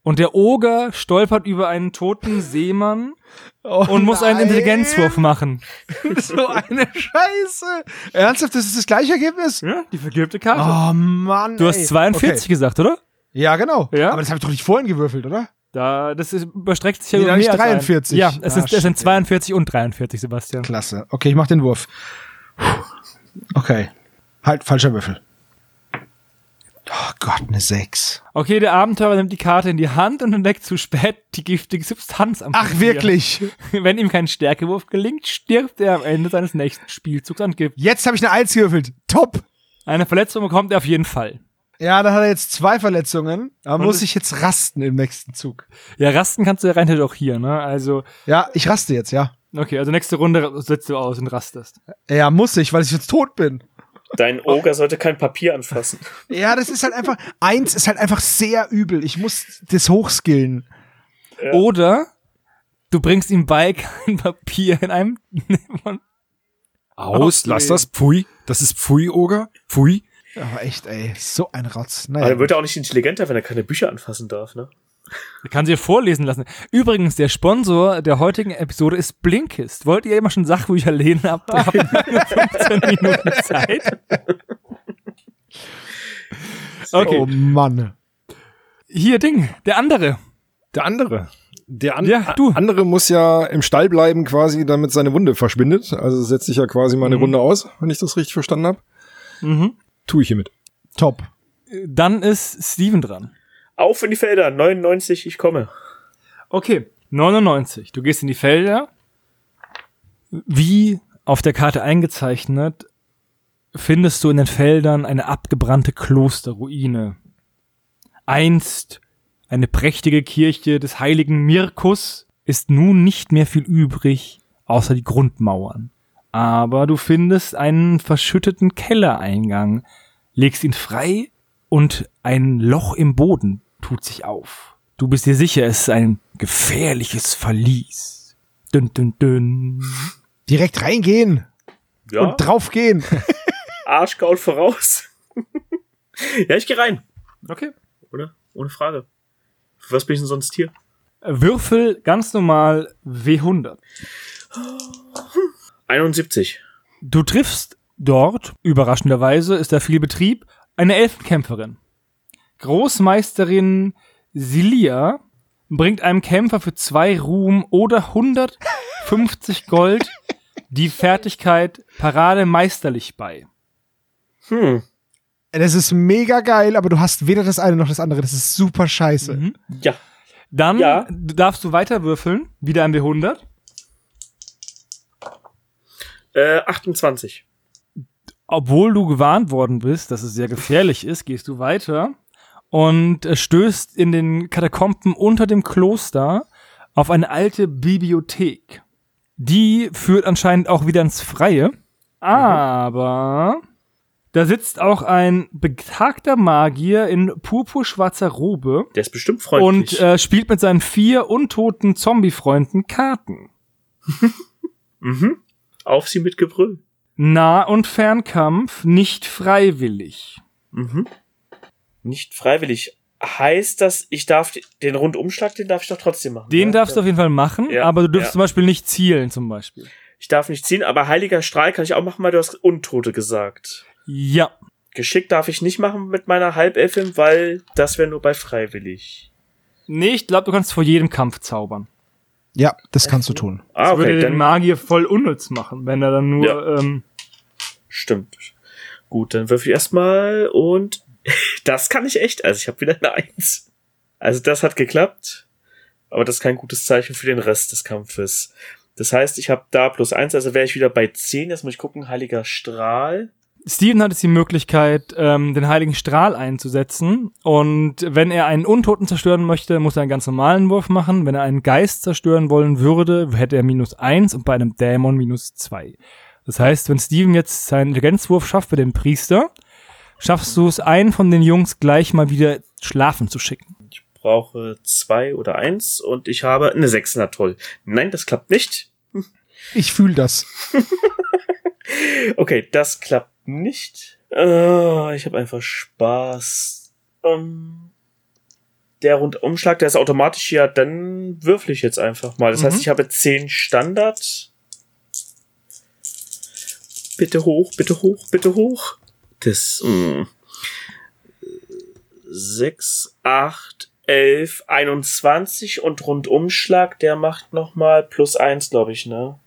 S2: und der Oger stolpert über einen toten Seemann und muss einen Intelligenzwurf machen.
S1: So eine Scheiße. Ernsthaft, das ist das gleiche Ergebnis?
S2: Ja, die vergilbte Karte.
S1: Oh Mann.
S2: du
S1: ey.
S2: hast 42
S1: Okay.
S2: gesagt, oder?
S1: Ja, genau.
S2: Ja.
S1: Aber das habe ich doch nicht vorhin gewürfelt, oder?
S2: Da, das ist, überstreckt sich ja
S1: Nee,
S2: über
S1: da
S2: mehr
S1: hab ich
S2: als
S1: 43.
S2: Ein. Ja, es,
S1: Ah,
S2: ist, es sind
S1: shit, ey.
S2: 42 und 43, Sebastian.
S1: Klasse. Okay, ich mach den Wurf. Puh. Okay. Halt, falscher Würfel. Oh, Gott, eine 6.
S2: Okay, der Abenteurer nimmt die Karte in die Hand und entdeckt zu spät die giftige Substanz am
S1: Ach,
S2: Papier.
S1: wirklich?
S2: Wenn ihm kein Stärkewurf gelingt, stirbt er am Ende seines nächsten Spielzugs an Gift.
S1: Jetzt habe ich eine 1 gewürfelt. Top.
S2: Eine Verletzung bekommt er auf jeden Fall.
S1: Ja, dann hat er jetzt zwei Verletzungen. Da
S2: Und
S1: muss
S2: es-
S1: ich jetzt rasten im nächsten Zug.
S2: Ja, rasten kannst du ja rein theoretisch auch hier, ne? Also,
S1: Ja, ich raste jetzt, ja.
S2: okay, also nächste Runde setzt du aus und rastest.
S1: Ja, muss ich, weil ich jetzt tot bin.
S3: Dein Ogre sollte kein Papier anfassen.
S1: Ja, das ist halt einfach, eins ist halt einfach sehr übel. Ich muss das hochskillen.
S3: Ja.
S2: Oder du bringst ihm bei, kein Papier in einem.
S4: Aus, lass das, pfui. Das ist pfui, Oger, pfui.
S1: Aber echt, ey, so ein Rotz.
S3: Aber
S1: Naja.
S3: er wird auch nicht intelligenter, wenn er keine Bücher anfassen darf, ne?
S2: Kann sie vorlesen lassen. Übrigens, der Sponsor der heutigen Episode ist Blinkist. Wollt ihr immer schon Sachbücher lehnen? Habt ihr habt nur 15 Minuten Zeit?
S1: Oh
S2: Okay,
S1: Mann.
S2: hier Ding, der andere.
S4: Der andere. Der an
S2: Ja, du.
S4: andere muss ja im Stall bleiben quasi, damit seine Wunde verschwindet. Also setze ich ja quasi mal eine Runde aus, wenn ich das richtig verstanden habe.
S2: Mhm.
S4: Tue ich hiermit.
S1: Top.
S2: Dann ist Steven dran.
S3: Auf in die Felder, 99, ich komme.
S2: Okay, 99. Du gehst in die Felder. Wie auf der Karte eingezeichnet, findest du in den Feldern eine abgebrannte Klosterruine. Einst eine prächtige Kirche des heiligen Mirkus ist nun nicht mehr viel übrig, außer die Grundmauern. Aber du findest einen verschütteten Kellereingang, legst ihn frei und ein Loch im Boden tut sich auf. Du bist dir sicher, es ist ein gefährliches Verlies. Dünn, dünn, dünn.
S1: Direkt reingehen
S3: Ja,
S1: und draufgehen.
S3: Arschgaul voraus. ja, ich gehe rein,
S2: Okay.
S3: oder? Ohne Frage. Für was bin ich denn sonst hier?
S2: Würfel ganz normal W100.
S3: 71.
S2: Du triffst dort, überraschenderweise ist da viel Betrieb, eine Elfenkämpferin. Großmeisterin Silia bringt einem Kämpfer für zwei Ruhm oder 150 Gold die Fertigkeit Parade meisterlich bei.
S3: Hm.
S1: Das ist mega geil, aber du hast weder das eine noch das andere. Das ist super scheiße.
S3: Ja.
S2: Dann
S3: Ja.
S2: darfst du weiterwürfeln, wieder ein W100.
S3: Äh, 28.
S2: obwohl du gewarnt worden bist, dass es sehr gefährlich ist, gehst du weiter und äh, stößt in den Katakomben unter dem Kloster auf eine alte Bibliothek. Die führt anscheinend auch wieder ins Freie, aber da sitzt auch ein betagter Magier in purpurschwarzer Robe
S3: Der ist bestimmt freundlich.
S2: und äh, spielt mit seinen vier untoten Zombie-Freunden Karten.
S3: mhm. Auf sie mit Gebrüll.
S2: Nah- und Fernkampf nicht freiwillig.
S3: Mhm. Nicht freiwillig. Heißt das, ich darf die- den Rundumschlag, den darf ich doch trotzdem machen.
S2: Den
S3: ja?
S2: darfst du auf jeden Fall machen,
S3: Ja,
S2: aber du dürfst
S3: ja.
S2: zum Beispiel nicht zielen, zum Beispiel.
S3: Ich darf nicht ziehen, aber Heiliger Strahl kann ich auch machen, weil du hast Untote gesagt.
S2: Ja.
S3: Geschick darf ich nicht machen mit meiner Halbelfin, weil das wäre nur bei freiwillig.
S2: Nee, ich glaube, du kannst vor jedem Kampf zaubern.
S1: Ja, das kannst du tun.
S3: Ah,
S2: das würde
S3: okay,
S2: den
S3: dann
S2: Magier voll unnütz machen, wenn er dann nur. Ähm,
S3: stimmt. Gut, dann würfel ich erstmal und das kann ich echt. Also ich habe wieder eine Eins. Also das hat geklappt, aber das ist kein gutes Zeichen für den Rest des Kampfes. Das heißt, ich habe da plus eins, also wäre ich wieder bei zehn. Jetzt muss ich gucken, Heiliger Strahl.
S2: Steven hat jetzt die Möglichkeit, ähm, den heiligen Strahl einzusetzen. Und wenn er einen Untoten zerstören möchte, muss er einen ganz normalen Wurf machen. Wenn er einen Geist zerstören wollen würde, hätte er minus eins und bei einem Dämon minus zwei. Das heißt, wenn Steven jetzt seinen Intelligenzwurf schafft für den Priester, schaffst du es, einen von den Jungs gleich mal wieder schlafen zu schicken.
S3: brauche zwei oder eins und ich habe eine sechs, na toll. Nein, das klappt nicht.
S1: Ich fühle das.
S3: Okay, das klappt nicht. Äh, ich habe einfach Spaß. Ähm, der Rundumschlag, der ist automatisch ja, dann würfel ich jetzt einfach mal. Das
S2: Mhm.
S3: heißt, ich habe zehn Standard. Bitte hoch, bitte hoch, bitte hoch. Das, hm. mh. 6, 8, 11, 21 und Rundumschlag, der macht nochmal plus eins glaube ich, ne?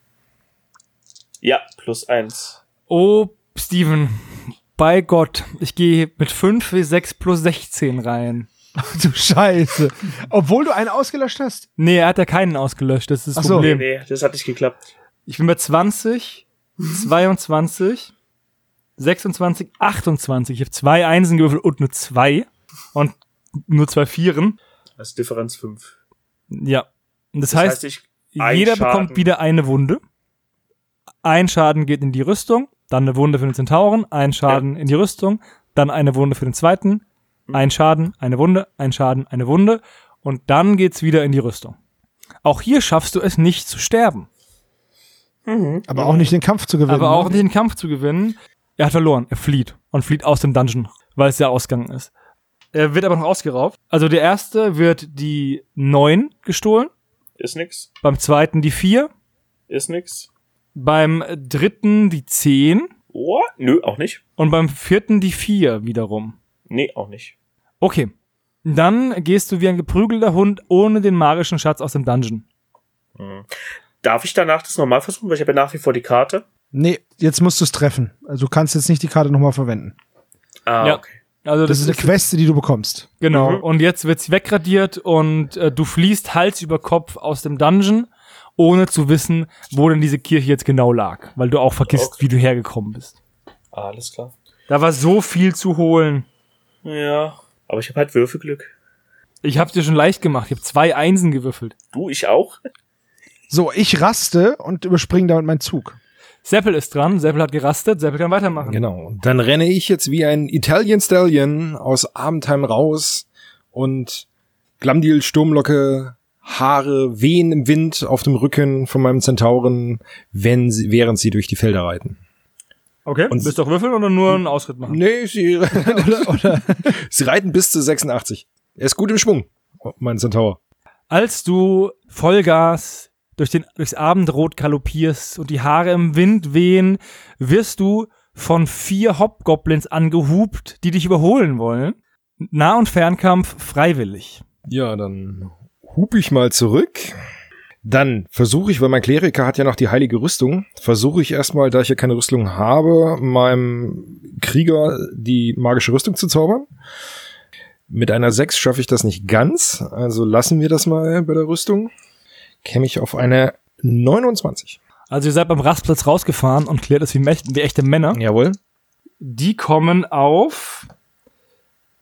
S3: Ja, plus eins
S2: Oh, Steven, bei Gott, ich gehe mit 5 W6 plus 16 rein.
S1: Ach du Scheiße. Obwohl du einen ausgelöscht hast.
S2: Nee, er hat ja keinen ausgelöscht, das ist
S1: Ach
S2: das
S1: so.
S2: Problem.
S3: Nee, das hat nicht geklappt.
S2: Ich bin bei 20, 22, 26, 28. Ich habe zwei Einsen gewürfelt und eine 2 und nur zwei Vieren.
S3: Also Differenz 5.
S2: Ja. Und das,
S3: Das heißt,
S2: heißt,
S3: ich ein
S2: jeder
S3: Schaden.
S2: bekommt wieder eine Wunde. Ein Schaden geht in die Rüstung, dann eine Wunde für den Zentauren, ein Schaden in die Rüstung, dann eine Wunde für den zweiten,
S3: Mhm.
S2: ein Schaden, eine Wunde, ein Schaden, eine Wunde und dann geht's wieder in die Rüstung. Auch hier schaffst du es nicht zu sterben,
S1: Aber auch nicht den Kampf zu gewinnen.
S2: aber auch
S1: ne?
S2: nicht den Kampf zu gewinnen. Er hat verloren, er flieht und flieht aus dem Dungeon, weil es der Ausgang ist. Er wird aber noch ausgeraubt. Also der erste wird die neun gestohlen,
S3: ist nix,
S2: beim zweiten die vier,
S3: ist nix.
S2: beim dritten die zehn
S3: Oh, nö, auch nicht.
S2: Und beim vierten die vier wiederum.
S3: Nee, auch nicht.
S2: Okay. Dann gehst du wie ein geprügelter Hund ohne den magischen Schatz aus dem Dungeon.
S3: Darf ich danach das nochmal versuchen, weil ich habe ja nach wie vor die Karte.
S1: Nee, jetzt musst du es treffen. Also du kannst jetzt nicht die Karte nochmal verwenden.
S3: Ah,
S2: Ja.
S3: okay.
S2: Also
S1: Das, ist eine Queste, die du bekommst.
S2: genau.
S3: Mhm.
S2: Und jetzt wird's wegradiert und äh, du fließt Hals über Kopf aus dem Dungeon, ohne zu wissen, wo denn diese Kirche jetzt genau lag, weil du auch vergisst,
S3: Okay.
S2: wie du hergekommen bist.
S3: Alles klar.
S2: Da war so viel zu holen.
S3: Ja. Aber ich habe halt Würfelglück.
S2: Ich hab's dir schon leicht gemacht. Ich hab zwei Einsen gewürfelt.
S3: Du, ich auch?
S1: So, ich raste und überspringe damit meinen Zug.
S2: Seppel ist dran. Seppel hat gerastet. Seppel kann weitermachen.
S4: Genau. Und dann renne ich jetzt wie ein Italian Stallion aus Abendheim raus und Glamdil Sturmlocke, Haare wehen im Wind auf dem Rücken von meinem Zentauren, wenn sie, während sie durch die Felder reiten.
S2: Okay.
S4: Und-
S2: Willst du auch würfeln oder nur einen Ausritt machen?
S4: Nee, sie, sie reiten bis zu 86. Er ist gut im Schwung, mein Centaur.
S2: Als du Vollgas durch den, durchs Abendrot galoppierst und die Haare im Wind wehen, wirst du von vier Hobgoblins angehupt, die dich überholen wollen. Nah- und Fernkampf freiwillig.
S4: Ja, dann hup ich mal zurück. Dann versuche ich, weil mein Kleriker hat ja noch die heilige Rüstung, versuche ich erstmal, da ich ja keine Rüstung habe, meinem Krieger die magische Rüstung zu zaubern. Mit einer 6 schaffe ich das nicht ganz, also lassen wir das mal bei der Rüstung. Käme ich auf eine 29.
S2: Also ihr seid beim Rastplatz rausgefahren und klärt es wie, Mächt- wie echte Männer.
S4: Jawohl.
S2: Die kommen auf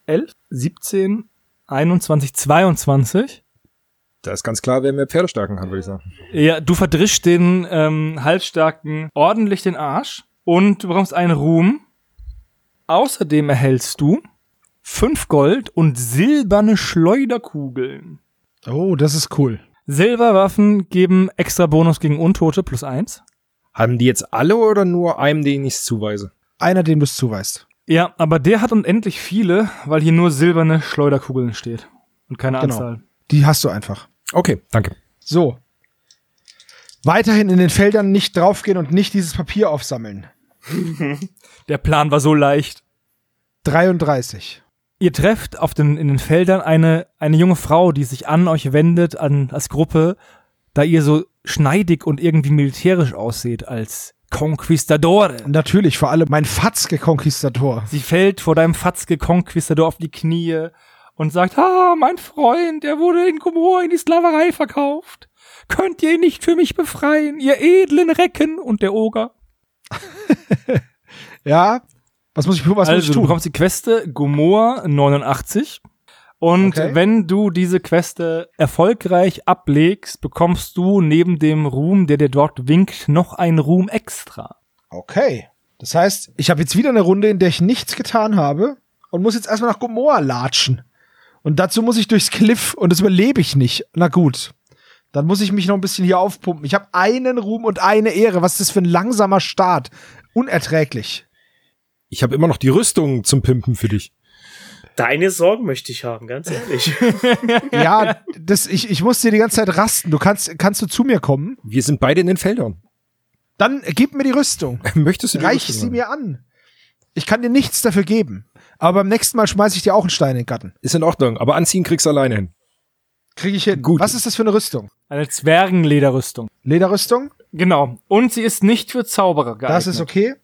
S2: 11, 17, 21, 22.
S4: Da ist ganz klar, wer mehr Pferdestärken hat, würde ich sagen.
S2: Ja, du verdrischst den ähm, Halbstarken ordentlich den Arsch und du bekommst einen Ruhm. Außerdem erhältst du fünf Gold und silberne Schleuderkugeln.
S1: Oh, das ist cool.
S2: Silberwaffen geben extra Bonus gegen Untote plus eins.
S4: Haben die jetzt alle oder nur einem, den ich zuweise?
S1: Einer, dem du es zuweist.
S2: Ja, aber der hat unendlich viele, weil hier nur silberne Schleuderkugeln steht. Und keine
S1: Genau.
S2: Anzahl.
S1: Die hast du einfach.
S4: Okay, danke.
S1: So. Weiterhin in den Feldern nicht draufgehen und nicht dieses Papier aufsammeln.
S2: Der Plan war so leicht.
S1: 33.
S2: Ihr trefft auf den, in den Feldern eine, eine junge Frau, die sich an euch wendet, an, als Gruppe, da ihr so schneidig und irgendwie militärisch ausseht als Conquistadore.
S1: Natürlich, vor allem mein Fatzke-Konquistador.
S2: Sie fällt vor deinem Fatzke Conquistador auf die Knie und sagt, ah, mein Freund, er wurde in Gomorra in die Sklaverei verkauft. Könnt ihr ihn nicht für mich befreien, ihr edlen Recken und der Oger?
S1: Ja? Was muss ich, was muss
S2: also,
S1: ich
S2: du
S1: tun?
S2: bekommst die Queste Gomorra 89. Und
S1: Okay.
S2: wenn du diese Queste erfolgreich ablegst, bekommst du neben dem Ruhm, der dir dort winkt, noch einen Ruhm extra.
S1: Okay. Das heißt, ich habe jetzt wieder eine Runde, in der ich nichts getan habe und muss jetzt erstmal nach Gomorra latschen. Und dazu muss ich durchs Cliff und das überlebe ich nicht. Na gut. Dann muss ich mich noch ein bisschen hier aufpumpen. Ich habe einen Ruhm und eine Ehre. Was ist das für ein langsamer Start? Unerträglich.
S4: Ich habe immer noch die Rüstung zum Pimpen für dich.
S3: Deine Sorgen möchte ich haben, ganz ehrlich.
S1: Ja, das, ich, ich muss dir die ganze Zeit rasten. Du kannst, kannst du zu mir kommen?
S4: Wir sind beide in den Feldern.
S1: Dann gib mir die Rüstung.
S4: Möchtest du die
S1: Reich
S4: Rüstung
S1: sie
S4: haben?
S1: mir an. Ich kann dir nichts dafür geben. Aber beim nächsten Mal schmeiß ich dir auch einen Stein in den Gatten.
S4: Ist in Ordnung, aber anziehen kriegst du alleine hin.
S1: Krieg ich hin.
S4: Gut.
S1: Was ist das für eine Rüstung?
S2: Eine Zwergenlederrüstung.
S1: Lederrüstung?
S2: Genau. Und sie ist nicht für Zauberer geeignet.
S1: Das ist okay.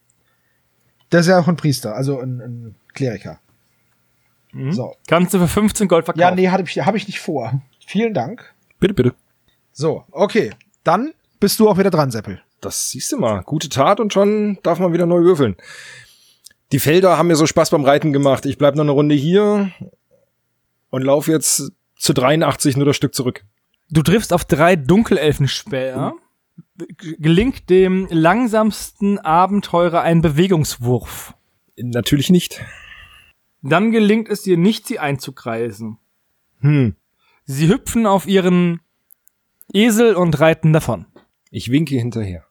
S1: Der ist ja auch ein Priester, also ein, ein Kleriker.
S2: Mhm.
S1: So.
S2: Kannst du für 15 Gold verkaufen.
S1: Ja, nee, habe ich, hab ich nicht vor. Vielen Dank.
S4: Bitte, bitte.
S1: So, okay. Dann bist du auch wieder dran, Seppel.
S4: Das siehst du mal. Gute Tat und schon darf man wieder neu würfeln. Die Felder haben mir so Spaß beim Reiten gemacht. Ich bleib noch eine Runde hier und laufe jetzt zu 83 nur das Stück zurück.
S2: Du triffst auf drei Dunkelelfenspäher.
S1: Mhm.
S2: G- Gelingt dem langsamsten Abenteurer ein Bewegungswurf.
S4: Natürlich nicht.
S2: Dann gelingt es dir nicht, sie einzukreisen.
S4: Hm.
S2: Sie hüpfen auf ihren Esel und reiten davon.
S4: Ich winke hinterher.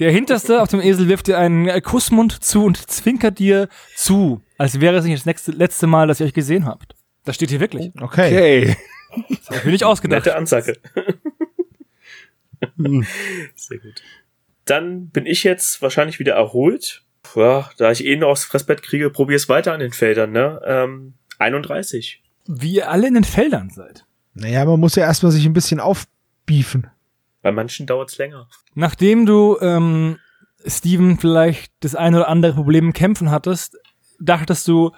S2: Der hinterste auf dem Esel wirft dir einen äh, Kussmund zu und zwinkert dir zu, als wäre es nicht das nächste, letzte Mal, dass ihr euch gesehen habt. Das steht hier wirklich.
S1: Okay.
S4: Okay.
S2: Das hab ich mir nicht ausgedacht.
S3: Nette Ansage.
S4: Hm.
S3: Sehr gut. Dann bin ich jetzt wahrscheinlich wieder erholt. Puh, Ja, da ich eh noch aufs Fressbett kriege, probier es weiter an den Feldern, ne? Ähm, 31.
S2: Wie ihr alle in den Feldern seid.
S1: Naja, man muss ja erstmal sich ein bisschen aufbiefen.
S3: Bei manchen dauert's länger.
S2: Nachdem du, ähm, Steven, vielleicht das ein oder andere Problem im Kämpfen hattest, dachtest du,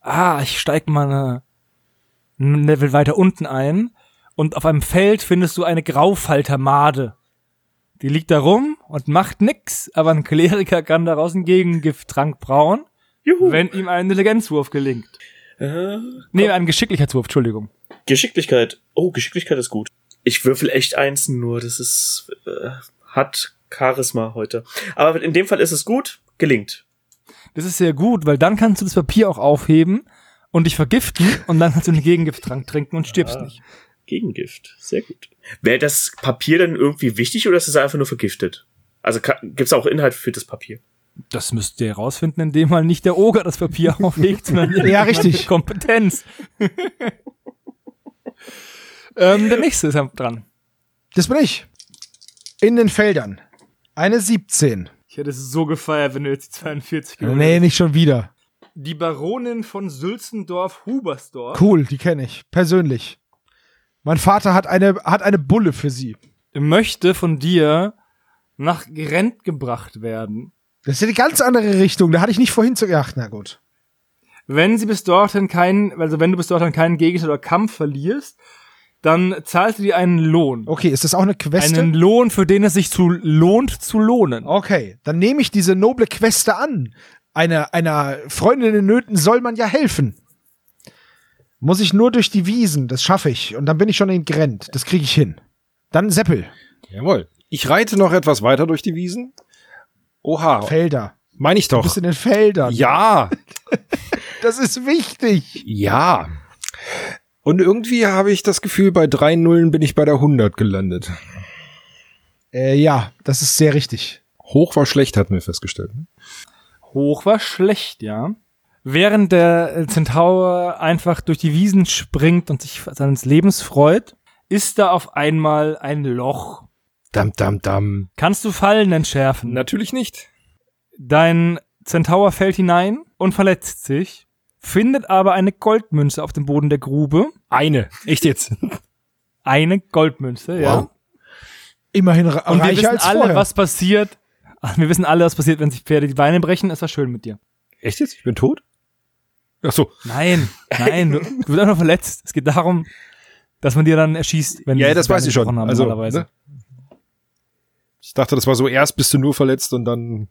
S2: ah, ich steig mal eine, ein Level weiter unten ein und auf einem Feld findest du eine Graufaltermade. Die liegt da rum und macht nix, aber ein Kleriker kann daraus einen Gegengifttrank brauen,
S3: Juhu.
S2: wenn ihm ein Intelligenzwurf gelingt.
S3: Äh,
S2: Nee, ein Geschicklichkeitswurf, Entschuldigung.
S3: Geschicklichkeit. Oh, Geschicklichkeit ist gut. Ich würfel echt Einsen nur. Das ist, äh, hat Charisma heute. Aber in dem Fall ist es gut. Gelingt.
S2: Das ist sehr gut, weil dann kannst du das Papier auch aufheben und dich vergiften und dann kannst du einen Gegengifttrank trinken und stirbst
S3: Ah.
S2: nicht.
S3: Gegengift. Sehr gut. Wäre das Papier denn irgendwie wichtig oder ist es einfach nur vergiftet? Also ka- gibt's auch Inhalt für das Papier?
S2: Das müsst ihr herausfinden, indem mal nicht der Oger das Papier auflegt, sondern
S1: Ja,
S2: jemand
S1: richtig.
S2: mit Kompetenz. ähm, der nächste ist dran.
S1: Das bin ich. In den Feldern. Eine 17.
S2: Ich hätte es so gefeiert, wenn du jetzt die 42
S1: Nee, nicht schon wieder.
S2: Die Baronin von Sülzendorf Hubersdorf.
S1: Cool, die kenne ich. Persönlich. Mein Vater hat eine, hat eine Bulle für sie.
S2: möchte von dir nach Grent gebracht werden.
S1: Das ist ja die ganz andere Richtung. Da hatte ich nicht vorhin zu. Ach, na gut.
S2: Wenn sie bis dorthin keinen, also wenn du bis dorthin keinen Gegenstand oder Kampf verlierst, dann zahlst du dir einen Lohn.
S1: Okay, ist das auch eine Queste?
S2: Einen Lohn, für den es sich zu lohnt, zu lohnen.
S1: Okay, dann nehme ich diese noble Queste an. Eine, einer Freundin in Nöten soll man ja helfen. Muss ich nur durch die Wiesen, das schaffe ich. Und dann bin ich schon in Grent. Das kriege ich hin. Dann Seppel,
S4: Jawohl. Ich reite noch etwas weiter durch die Wiesen. Oha,
S1: Felder.
S4: meine ich
S1: Du bist
S4: doch.
S1: in den Feldern.
S4: Ja,
S1: Das ist wichtig.
S4: ja. Und irgendwie habe ich das Gefühl, bei drei Nullen bin ich bei der 100 gelandet.
S1: Äh, ja, das ist sehr richtig.
S4: Hoch war schlecht, hatten wir festgestellt. ne?
S2: Hoch war schlecht, ja. Während der äh, Zentaur einfach durch die Wiesen springt und sich seines Lebens freut, ist da auf einmal ein Loch.
S4: Dam, dam, dam.
S2: Kannst du Fallen entschärfen?
S4: Natürlich nicht.
S2: Dein Zentaur fällt hinein und verletzt sich, findet aber eine Goldmünze auf dem Boden der Grube.
S4: Eine. Echt jetzt?
S2: Eine Goldmünze, ja.
S1: Immerhin re-
S2: Und wir
S1: reicher
S2: wissen
S1: als
S2: alle,
S1: vorher.
S2: was passiert. Wir wissen alle, was passiert, wenn sich Pferde die Beine brechen. Ist das schön mit dir?
S4: Echt jetzt? Ich bin tot? Ach so.
S2: Nein, nein, du, du wirst einfach nur verletzt. Es geht darum, dass man dir dann erschießt, wenn
S4: Ja,
S2: sie
S4: das
S2: deine
S4: weiß ich schon.
S2: gebrochen haben,
S4: Also,
S2: normalerweise.
S4: ne? Ich dachte, das war so, erst bist du nur verletzt und dann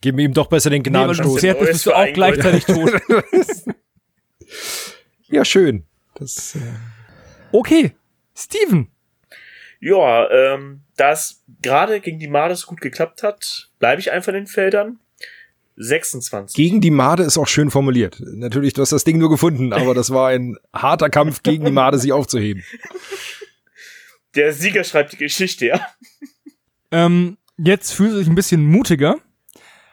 S4: geben wir ihm doch besser den
S2: Nee, weil du ein
S4: Gnadenstoß.
S2: Pferd bist, bist du auch gleichzeitig tot.
S4: ja, schön. Das, äh,
S2: Okay, Steven,
S3: Ja, ähm, da es gerade gegen die Made so gut geklappt hat, bleibe ich einfach in den Feldern. 26.
S4: gegen die Made ist auch schön formuliert. Natürlich, du hast das Ding nur gefunden, aber das war ein harter Kampf gegen die Made, sie aufzuheben.
S3: Der Sieger schreibt die Geschichte, ja.
S2: ähm, jetzt fühlst du dich ein bisschen mutiger.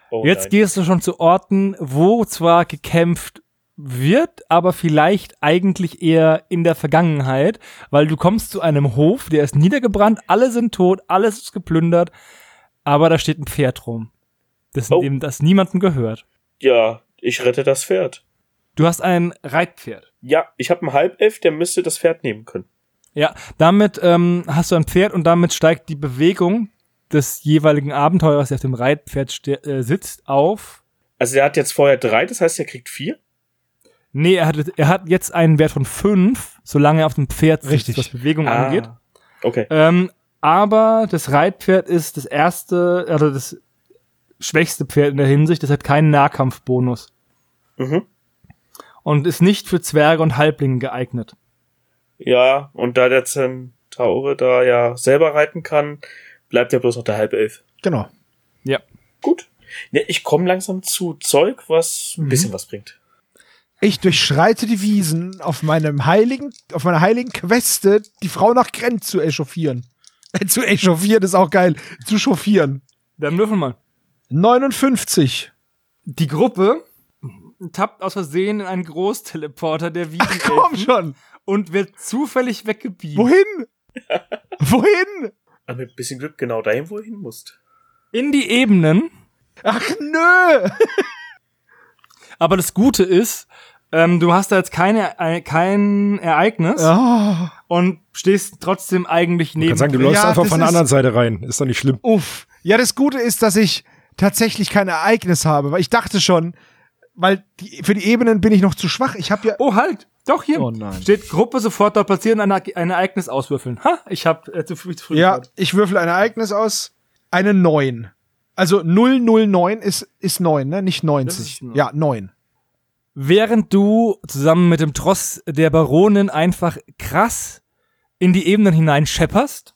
S3: Oh
S2: jetzt
S3: nein.
S2: gehst du schon zu Orten, wo zwar gekämpft wird, aber vielleicht eigentlich eher in der Vergangenheit, weil du kommst zu einem Hof, der ist niedergebrannt, alle sind tot, alles ist geplündert, aber da steht ein Pferd rum, das,
S3: Oh.
S2: dem das niemandem gehört.
S3: Ja, ich rette das Pferd.
S2: Du hast ein Reitpferd.
S3: Ja, ich habe einen Halbelf, der müsste das Pferd nehmen können.
S2: Ja, damit ähm, hast du ein Pferd und damit steigt die Bewegung des jeweiligen Abenteurers, der auf dem Reitpferd ste- äh, sitzt, auf.
S3: Also er hat jetzt vorher drei, das heißt, er kriegt vier.
S2: Nee, er hat, er hat jetzt einen Wert von fünf, solange er auf dem Pferd sitzt,
S1: Richtig.
S2: was Bewegung
S3: Ah.
S2: angeht.
S3: Okay.
S2: Ähm, aber das Reitpferd ist das erste, also das schwächste Pferd in der Hinsicht. Das hat keinen Nahkampfbonus
S3: Mhm.
S2: und ist nicht für Zwerge und Halblinge geeignet.
S3: Ja, und da der Zentaure da ja selber reiten kann, bleibt ja bloß noch der Halbelf.
S1: Genau.
S3: Gut. Mhm. Ja, ich komme langsam zu Zeug, was ein bisschen was bringt.
S1: Ich durchschreite die Wiesen auf meinem heiligen, auf meiner heiligen Queste, die Frau nach Grenz zu echauffieren. Äh, Zu echauffieren ist auch geil. Zu chauffieren.
S2: Dann würfeln wir mal.
S1: 59.
S2: Die Gruppe Mhm. tappt aus Versehen in einen Großteleporter der
S1: Komm
S2: Wiesenelfen
S1: schon.
S2: und wird zufällig weggebeamt.
S1: Wohin? Wohin?
S3: Aber mit ein bisschen Glück genau dahin, wo ihr hin musst.
S2: In die Ebenen.
S1: Ach nö.
S2: Aber das Gute ist, ähm, du hast da jetzt keine, äh, kein Ereignis
S1: Ah.
S2: und stehst trotzdem eigentlich
S4: Ich
S2: neben.
S4: kann sagen, du läufst
S1: Ja,
S4: einfach
S1: das
S4: von der
S1: ist-
S4: anderen Seite rein. Ist doch nicht schlimm.
S1: Uff. Ja, das Gute ist, dass ich tatsächlich kein Ereignis habe, weil ich dachte schon, weil die, für die Ebenen bin ich noch zu schwach. Ich habe ja.
S2: Oh, halt! Doch, hier
S1: Oh nein.
S2: steht Gruppe sofort dort platzieren, ein, Ereig- ein Ereignis auswürfeln. Ha, ich hab äh, zu früh, zu früh
S1: Ja,
S2: gehört.
S1: ich würfel ein Ereignis aus. Eine 9. Also 009 ist, ist 9, ne? Nicht 90.
S2: neun.
S1: Ja, 9.
S2: Während du zusammen mit dem Tross der Baronin einfach krass in die Ebenen hinein schepperst,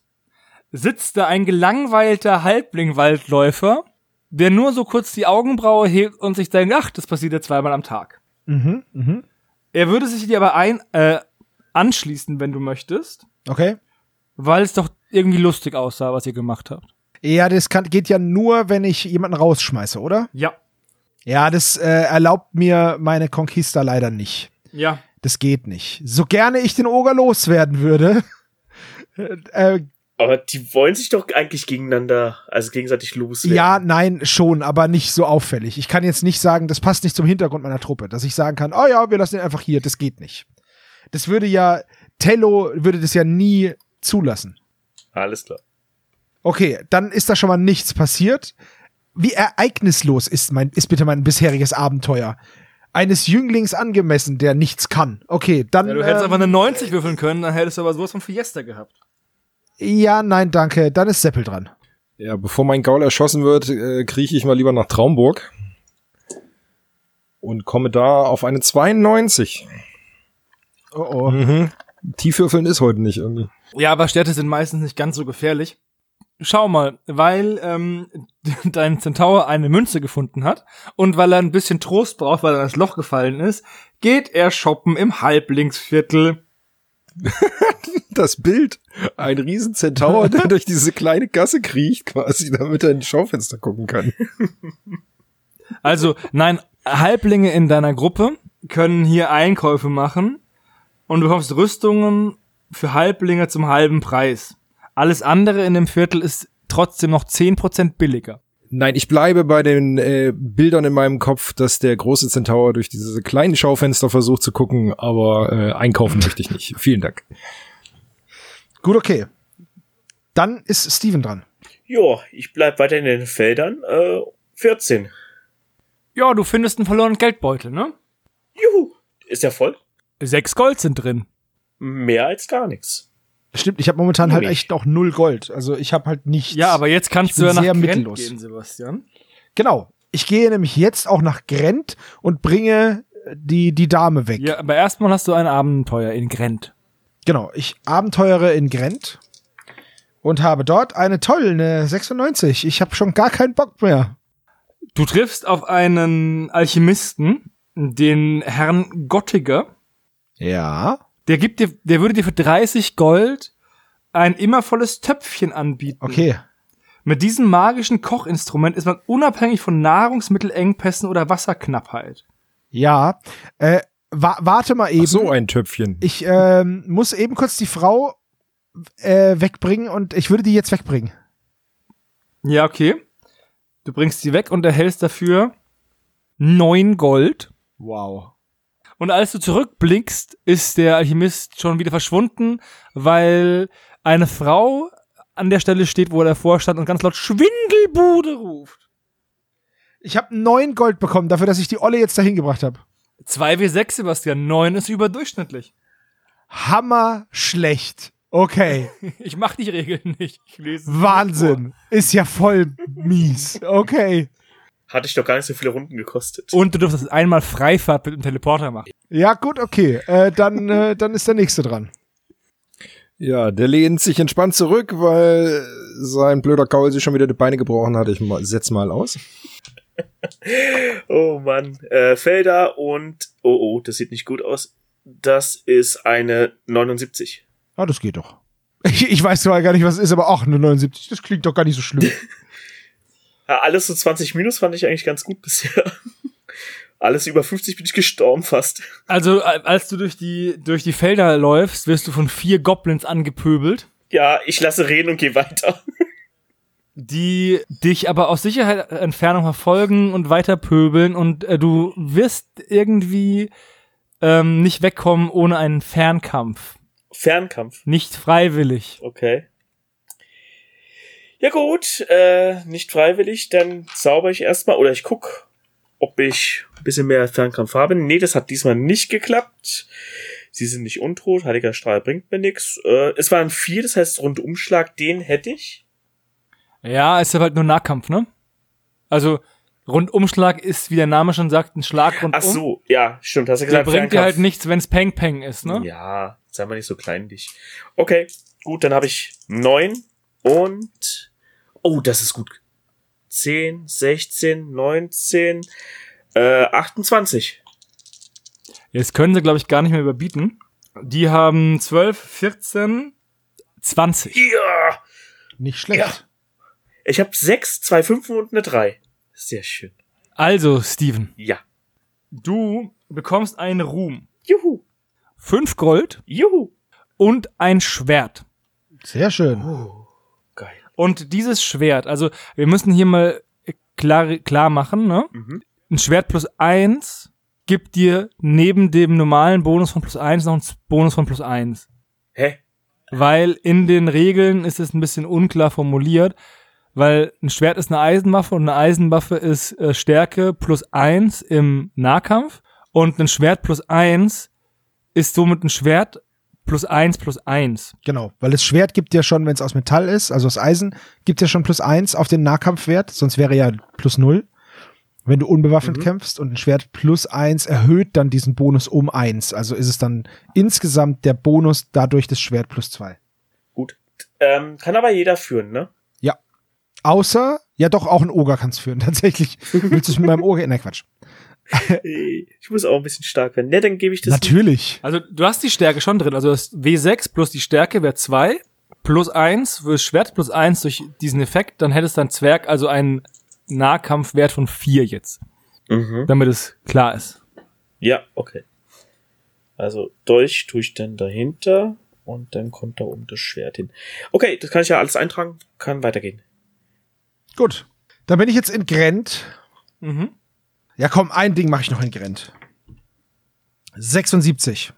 S2: sitzt da ein gelangweilter Halbling-Waldläufer, der nur so kurz die Augenbraue hebt und sich denkt, ach, das passiert ja zweimal am Tag.
S1: Mhm, mhm.
S2: Er würde sich dir aber ein, äh, anschließen, wenn du möchtest,
S1: Okay.
S2: weil es doch irgendwie lustig aussah, was ihr gemacht habt.
S1: Ja, das kann, geht ja nur, wenn ich jemanden rausschmeiße, oder?
S2: Ja,
S1: Ja, das äh, erlaubt mir meine Conquista leider nicht.
S2: ja.
S1: Das geht nicht. So gerne ich den Oger loswerden würde. äh,
S3: Aber die wollen sich doch eigentlich gegeneinander, also gegenseitig loswerden.
S1: ja, nein, schon, aber nicht so auffällig. Ich kann jetzt nicht sagen, das passt nicht zum Hintergrund meiner Truppe, dass ich sagen kann, oh ja, wir lassen ihn einfach hier, das geht nicht. Das würde ja, Tello würde das ja nie zulassen.
S3: Alles klar.
S1: Okay, dann ist da schon mal nichts passiert. Wie ereignislos ist mein, ist bitte mein bisheriges Abenteuer? Eines Jünglings angemessen, der nichts kann. Okay, dann.
S2: Ja, du hättest
S1: ähm,
S2: einfach eine 90 würfeln können, dann hättest du aber sowas von Fiesta gehabt.
S1: ja, nein, danke. Dann ist Seppel dran.
S4: Ja, bevor mein Gaul erschossen wird, äh, krieche ich mal lieber nach Traumburg. Und komme da auf eine 92.
S1: Oh oh.
S4: Mhm. Tiefwürfeln ist heute nicht irgendwie.
S2: Ja, aber Städte sind meistens nicht ganz so gefährlich. Schau mal, weil ähm, dein Zentaur eine Münze gefunden hat und weil er ein bisschen Trost braucht, weil er ins Loch gefallen ist, geht er shoppen im Halblingsviertel.
S4: Das Bild. Ein riesen Zentaur, der durch diese kleine Gasse kriecht, quasi, damit er in die Schaufenster gucken kann.
S2: Also, nein, Halblinge in deiner Gruppe können hier Einkäufe machen und du bekommst Rüstungen für Halblinge zum halben Preis. Alles andere in dem Viertel ist trotzdem noch 10% billiger.
S4: Nein, ich bleibe bei den äh, Bildern in meinem Kopf, dass der große Zentaur durch diese kleinen Schaufenster versucht zu gucken, aber äh, einkaufen möchte ich nicht. Vielen Dank.
S1: Gut, okay. Dann ist Steven dran.
S3: Ja, ich bleib weiter in den Feldern. Äh, 14.
S2: Ja, du findest einen verlorenen Geldbeutel, ne?
S3: Juhu. Ist ja voll.
S2: Sechs Gold sind drin.
S3: Mehr als gar nichts.
S1: Stimmt, ich habe momentan halt
S3: Nämlich.
S1: echt auch null Gold. Also ich habe halt nichts.
S2: Ja, aber jetzt
S1: Ich
S2: kannst du
S1: bin
S2: ja nach
S1: sehr
S2: Gent
S1: mittellos.
S2: gehen, Sebastian.
S1: Genau. Ich gehe nämlich jetzt auch nach Grent und bringe äh, die, die Dame weg.
S2: Ja, aber erstmal hast du ein Abenteuer in Gent.
S1: Genau, ich abenteuere in Grent und habe dort eine tolle eine 96. Ich habe schon gar keinen Bock mehr.
S2: Du triffst auf einen Alchemisten, den Herrn Gottiger.
S1: Ja.
S2: Der gibt dir, der würde dir für 30 Gold ein immer volles Töpfchen anbieten.
S1: Okay.
S2: Mit diesem magischen Kochinstrument ist man unabhängig von Nahrungsmittelengpässen oder Wasserknappheit.
S1: Ja. Äh, wa warte mal eben.
S4: Ach so ein Töpfchen.
S1: Ich ähm, muss eben kurz die Frau äh, wegbringen und ich würde die jetzt wegbringen.
S2: Ja, okay. Du bringst sie weg und erhältst dafür neun Gold.
S1: Wow.
S2: Und als du zurückblickst, ist der Alchemist schon wieder verschwunden, weil eine Frau an der Stelle steht, wo er davor stand und ganz laut Schwindelbude ruft.
S1: Ich habe neun Gold bekommen dafür, dass ich die Olle jetzt dahin gebracht habe.
S2: 2W6, Sebastian. 9 ist überdurchschnittlich.
S1: Hammer schlecht. Okay,
S2: Ich mach die Regeln nicht. Ich lese sie nur
S1: Wahnsinn. Ist ja voll mies. Okay.
S3: Hatte ich doch gar nicht so viele Runden gekostet.
S2: vor. Und du dürftest einmal Freifahrt mit dem Teleporter machen.
S1: Ja, gut, okay. Äh, dann, äh, dann ist der nächste dran.
S4: Ja, der lehnt sich entspannt zurück, weil sein blöder Kaul sich schon wieder die Beine gebrochen hat. Ich ma- setz mal aus.
S3: Oh Mann. Äh, Felder und. Oh oh, das sieht nicht gut aus. Das ist eine 79.
S1: Ah, das geht doch. Ich, ich weiß zwar gar nicht, was es ist, aber auch eine 79. Das klingt doch gar nicht so schlimm.
S3: Ja, alles so 20 minus fand ich eigentlich ganz gut bisher. Alles über 50 bin ich gestorben fast.
S2: Also, a- als du durch die, durch die Felder läufst, wirst du von vier Goblins angepöbelt,
S3: Ja, ich lasse reden und gehe weiter.
S2: die dich aber aus Sicherheitsentfernung verfolgen und weiter pöbeln und äh, du wirst irgendwie ähm, nicht wegkommen ohne einen Fernkampf.
S3: Fernkampf.
S2: Nicht freiwillig.
S3: Okay. Ja gut, äh, nicht freiwillig, dann zauber ich erstmal oder ich guck, ob ich ein bisschen mehr Fernkampf habe. Nee, das hat diesmal nicht geklappt. Sie sind nicht untot, heiliger Strahl bringt mir nichts. Äh, es waren vier, das heißt Rundumschlag, den hätte ich.
S2: Ja, ist aber halt nur Nahkampf, ne? Also, Rundumschlag ist, wie der Name schon sagt, ein Schlag rundum.
S3: Ach so, ja, stimmt, hast du
S2: um? Der
S3: gesagt,
S2: bringt dir halt nichts, wenn's Peng Peng ist, ne?
S3: Ja, sei mal nicht so kleinlich. Okay, gut, dann habe ich neun und. Oh, das ist gut. 10, 16, 19, äh, 28.
S2: Jetzt können sie, glaube ich, gar nicht mehr überbieten. Die haben 12, 14, 20.
S3: Ja!
S1: Nicht schlecht.
S3: Ich habe sechs, zwei Fünfen und eine drei. Sehr schön.
S2: Also, Steven,
S3: Ja.
S2: du bekommst einen Ruhm.
S3: Juhu!
S2: Fünf Gold
S3: Juhu!
S2: und ein Schwert.
S1: Sehr schön.
S3: Geil.
S2: Und dieses Schwert, also wir müssen hier mal äh, klar, klar machen, ne?
S3: Mhm.
S2: Ein Schwert plus eins gibt dir neben dem normalen Bonus von plus eins noch einen Z- Bonus von plus eins.
S3: Hä?
S2: Weil in den Regeln ist es ein bisschen unklar formuliert, weil ein Schwert ist eine Eisenwaffe und eine Eisenwaffe ist äh, Stärke plus eins im Nahkampf und ein Schwert plus eins ist somit ein Schwert plus eins plus eins.
S1: Genau. Weil das Schwert gibt ja schon, wenn es aus Metall ist, also aus Eisen, gibt ja schon plus eins auf den Nahkampfwert, sonst wäre ja plus null. Wenn du unbewaffnet kämpfst und ein Schwert plus eins erhöht dann diesen Bonus um eins. Also ist es dann insgesamt der Bonus dadurch das Schwert plus zwei.
S3: Gut. Ähm, kann aber jeder führen, ne?
S1: Außer, ja doch, auch ein Oger kann es führen, tatsächlich. Willst du es mit meinem Oger? Na Quatsch.
S3: Ich muss auch ein bisschen stark werden. Ne, dann gebe ich das.
S1: Natürlich.
S2: Also du hast die Stärke schon drin, also das W6 plus die Stärke wäre zwei plus eins fürs Schwert plus eins durch diesen Effekt, dann hättest du einen Zwerg, also einen Nahkampfwert von vier jetzt,
S3: Mhm.
S2: damit es klar ist.
S3: Ja, okay. Also Dolch tue ich dann dahinter und dann kommt da oben das Schwert hin. Okay, das kann ich ja alles eintragen, kann weitergehen.
S1: Gut. Dann bin ich jetzt in Grent.
S2: Mhm.
S1: Ja, komm, ein Ding mache ich noch in Grent. 76.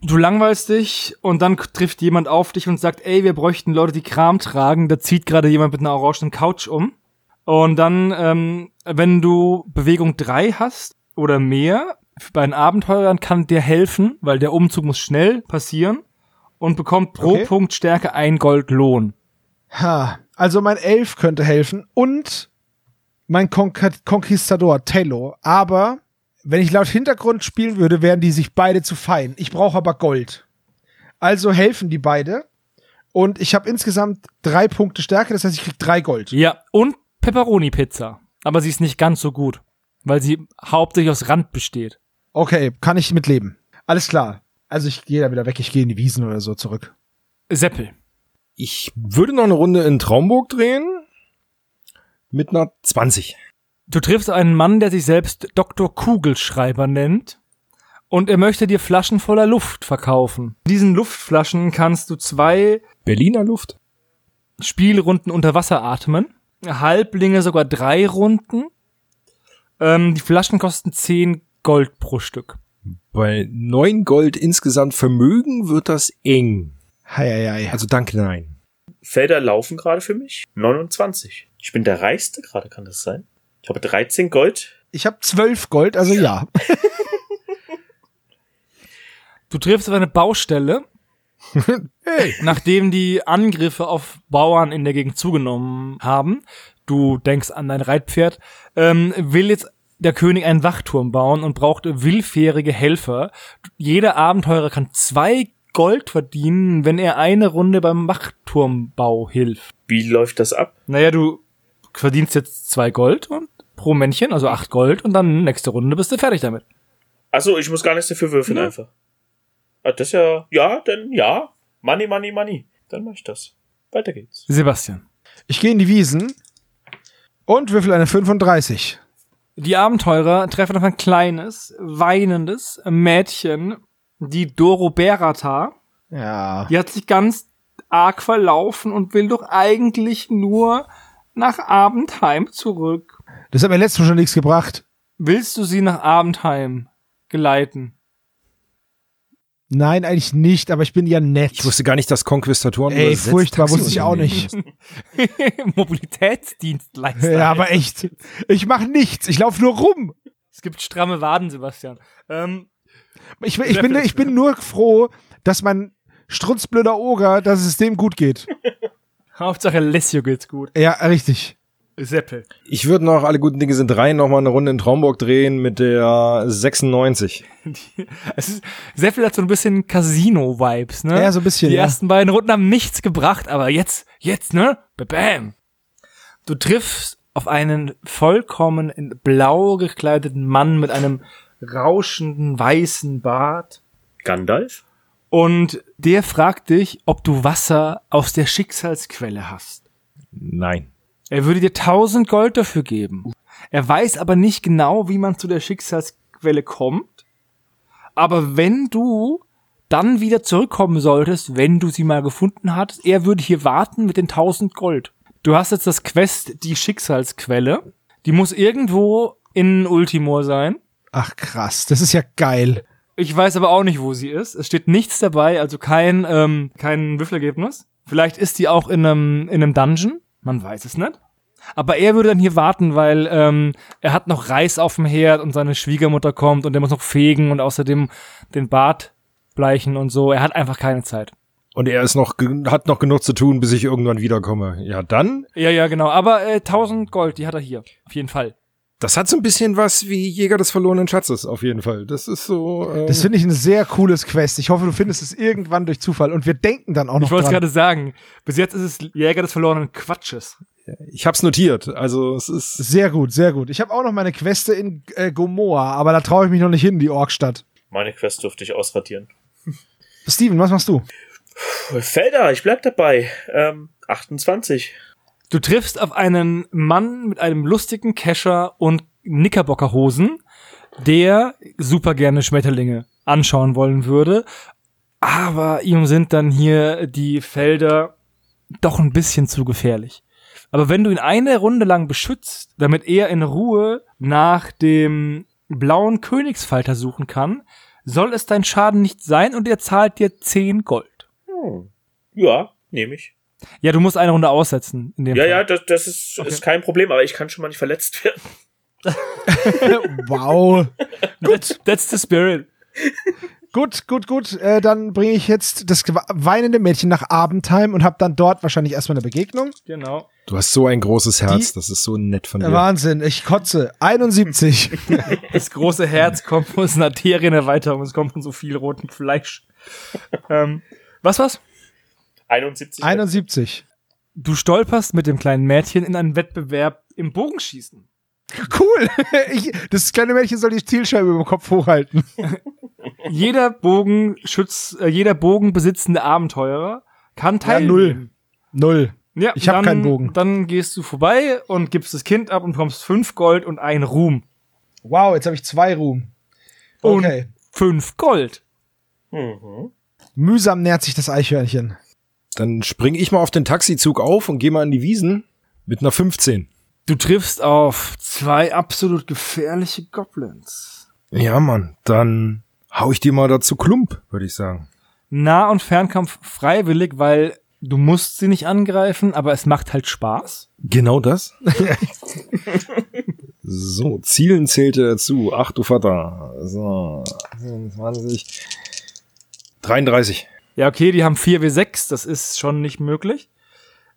S2: Du langweilst dich und dann k- trifft jemand auf dich und sagt, ey, wir bräuchten Leute, die Kram tragen. Da zieht gerade jemand mit einer orangenen Couch um. Und dann, ähm, wenn du Bewegung 3 hast oder mehr, f- bei den Abenteurern kann der helfen, weil der Umzug muss schnell passieren und bekommt pro
S1: Okay.
S2: Punkt Stärke ein Gold Lohn.
S1: Ha, also mein Elf könnte helfen und mein Conqu- Conquistador, Taylor. Aber wenn ich laut Hintergrund spielen würde, wären die sich beide zu fein. Ich brauche aber Gold. Also helfen die beide. Und ich habe insgesamt drei Punkte Stärke, das heißt, ich krieg drei Gold.
S2: Ja, und Pepperoni-Pizza. Aber sie ist nicht ganz so gut, weil sie hauptsächlich aus Rand besteht.
S1: Okay, kann ich mitleben. Alles klar. Also ich gehe da wieder weg, ich gehe in die Wiesen oder so zurück.
S2: Seppel.
S4: Ich würde noch eine Runde in Traumburg drehen. Mit einer 20.
S2: Du triffst einen Mann, der sich selbst Dr. Kugelschreiber nennt. Und er möchte dir Flaschen voller Luft verkaufen. In diesen Luftflaschen kannst du zwei
S4: Berliner Luft.
S2: Spielrunden unter Wasser atmen. Halblinge sogar drei Runden. Ähm, die Flaschen kosten 10 Gold pro Stück.
S4: Bei 9 Gold insgesamt Vermögen wird das eng.
S1: Hei, hei, hei.
S4: Also danke, nein.
S3: Felder laufen gerade für mich. 29. Ich bin der Reichste gerade, kann das sein? Ich habe 13 Gold.
S1: Ich habe zwölf Gold, also ja.
S2: Du triffst auf eine Baustelle, nachdem die Angriffe auf Bauern in der Gegend zugenommen haben. Du denkst an dein Reitpferd. Ähm, will jetzt der König einen Wachturm bauen und braucht willfährige Helfer. Jeder Abenteurer kann zwei Gold verdienen, wenn er eine Runde beim Wachturmbau hilft.
S3: Wie läuft das ab?
S2: Naja, du verdienst jetzt zwei Gold und pro Männchen, also acht Gold, und dann nächste Runde bist du fertig damit.
S3: Achso, ich muss gar nichts dafür würfeln
S2: Ja.
S3: einfach. Ah, das ist ja, ja, dann ja. Money, money, money. Dann mach ich das. Weiter geht's.
S2: Sebastian.
S1: Ich gehe in die Wiesen und würfel eine 35.
S2: Die Abenteurer treffen auf ein kleines, weinendes Mädchen, die Doro Berata.
S1: Ja.
S2: Die hat sich ganz arg verlaufen und will doch eigentlich nur nach Abendheim zurück.
S1: Das hat mir letztes Mal schon nichts gebracht.
S2: Willst du sie nach Abendheim geleiten?
S1: Nein, eigentlich nicht, aber ich bin ja nett.
S4: Ich wusste gar nicht, dass Konquistatoren
S1: Ey,
S4: übersetzt
S1: furchtbar, wusste ich auch
S4: Taxiunternehmen
S1: nicht.
S2: Mobilitätsdienstleister.
S1: Ja, aber echt. Ich mache nichts. Ich laufe nur rum.
S2: es gibt stramme Waden, Sebastian. Ähm,
S1: Ich, ich, bin, ich bin nur froh, dass mein strunzblöder Oger, dass es dem gut geht.
S2: Hauptsache Lessio geht's gut.
S1: Ja, richtig.
S2: Seppel.
S4: ist. Ich würde noch alle guten Dinge sind rein nochmal eine Runde in Traumburg drehen mit der 96.
S2: Es ist, Seppel hat so ein bisschen Casino-Vibes, ne?
S1: Ja, so ein bisschen,
S2: Die
S1: ja.
S2: ersten beiden Runden haben nichts gebracht, aber jetzt, jetzt, ne? Bam! Du triffst auf einen vollkommen in blau gekleideten Mann mit einem rauschenden weißen Bart.
S3: Gandalf?
S2: Und der fragt dich, ob du Wasser aus der Schicksalsquelle hast.
S4: Nein.
S2: Er würde dir 1000 Gold dafür geben. Er weiß aber nicht genau, wie man zu der Schicksalsquelle kommt. Aber wenn du dann wieder zurückkommen solltest, wenn du sie mal gefunden hattest, er würde hier warten mit den 1000 Gold. Du hast jetzt das Quest, die Schicksalsquelle. Die muss irgendwo in Ultimor sein.
S1: Ach krass, das ist ja geil.
S2: Ich weiß aber auch nicht, wo sie ist. Es steht nichts dabei, also kein, ähm, kein Würfelergebnis. Vielleicht ist die auch in einem, in einem Dungeon. Man weiß es nicht. Aber er würde dann hier warten, weil ähm, er hat noch Reis auf dem Herd und seine Schwiegermutter kommt und er muss noch fegen und außerdem den Bart bleichen und so. Er hat einfach keine Zeit.
S4: Und er ist noch, ge- hat noch genug zu tun, bis ich irgendwann wiederkomme. Ja, dann.
S2: Ja, ja, genau. Aber äh, 1000 Gold, die hat er hier. Auf jeden Fall.
S4: Das hat so ein bisschen was wie Jäger des verlorenen Schatzes, auf jeden Fall. Das ist so. Ähm,
S2: Oh.
S1: Das finde ich ein sehr cooles Quest. Ich hoffe, du findest es irgendwann durch Zufall und wir denken dann auch noch
S2: Ich wollte es
S1: dran.
S2: gerade sagen. Bis jetzt ist es Jäger des verlorenen Quatsches.
S4: ich hab's notiert. Also es ist.
S1: Sehr gut, sehr gut. Ich habe auch noch meine Queste in äh, Gomoa, aber da traue ich mich noch nicht hin, die Orkstadt.
S3: Meine Quest durfte ich ausradieren.
S1: Steven, was machst du?
S3: Puh, Felder, ich bleib dabei. Ähm, 28.
S2: Du triffst auf einen Mann mit einem lustigen Kescher und Knickerbockerhosen, der super gerne Schmetterlinge anschauen wollen würde, aber ihm sind dann hier die Felder doch ein bisschen zu gefährlich. Aber wenn du ihn eine Runde lang beschützt, damit er in Ruhe nach dem blauen Königsfalter suchen kann, soll es dein Schaden nicht sein und er zahlt dir 10 Gold.
S3: Hm. Ja, nehme ich.
S2: Ja, du musst eine Runde aussetzen. In dem
S3: Ja,
S2: Fall.
S3: ja, das, das ist, ist kein Problem, aber ich kann schon mal nicht verletzt werden.
S1: wow.
S2: That's, that's the spirit.
S1: Gut, gut, gut. Äh, dann bringe ich jetzt das gewa- weinende Mädchen nach Abendheim und habe dann dort wahrscheinlich erstmal eine Begegnung.
S2: Genau.
S4: Du hast so ein großes Herz.
S1: Die-
S4: das ist so nett von dir.
S1: Der Wahnsinn, ich kotze. 71.
S2: Das große Herz kommt von unseren Arterienerweiterung, es kommt von so viel rotem Fleisch. ähm, was was?
S3: 71.
S1: 71.
S2: Du stolperst mit dem kleinen Mädchen in einen Wettbewerb im Bogenschießen.
S1: Cool. Ich, das kleine Mädchen soll die Zielscheibe über dem Kopf hochhalten.
S2: Jeder Bogenschütz, äh, jeder Bogenbesitzende Abenteurer kann teilnehmen.
S1: null. Null.
S2: Ja,
S1: Ich hab
S2: dann-
S1: keinen Bogen.
S2: Dann gehst du vorbei und gibst das Kind ab und bekommst fünf Gold und ein Ruhm.
S1: Wow, jetzt habe ich zwei Ruhm.
S2: Und
S1: Okay.
S2: fünf Gold.
S3: Mhm.
S1: Mühsam nährt sich das Eichhörnchen.
S4: Dann spring ich mal auf den Taxizug auf und gehe mal in die Wiesen mit einer 15.
S2: Du triffst auf zwei absolut gefährliche Goblins.
S4: Ja, Mann. Dann hau ich dir mal dazu Klump, würde ich sagen.
S2: Nah- und Fernkampf freiwillig, weil Du musst sie nicht angreifen, aber es macht halt Spaß.
S4: Genau das. so, Zielen zählte dazu. Ach du Vater. So, 27. 33.
S2: Ja, okay, die haben 4W6, das ist schon nicht möglich.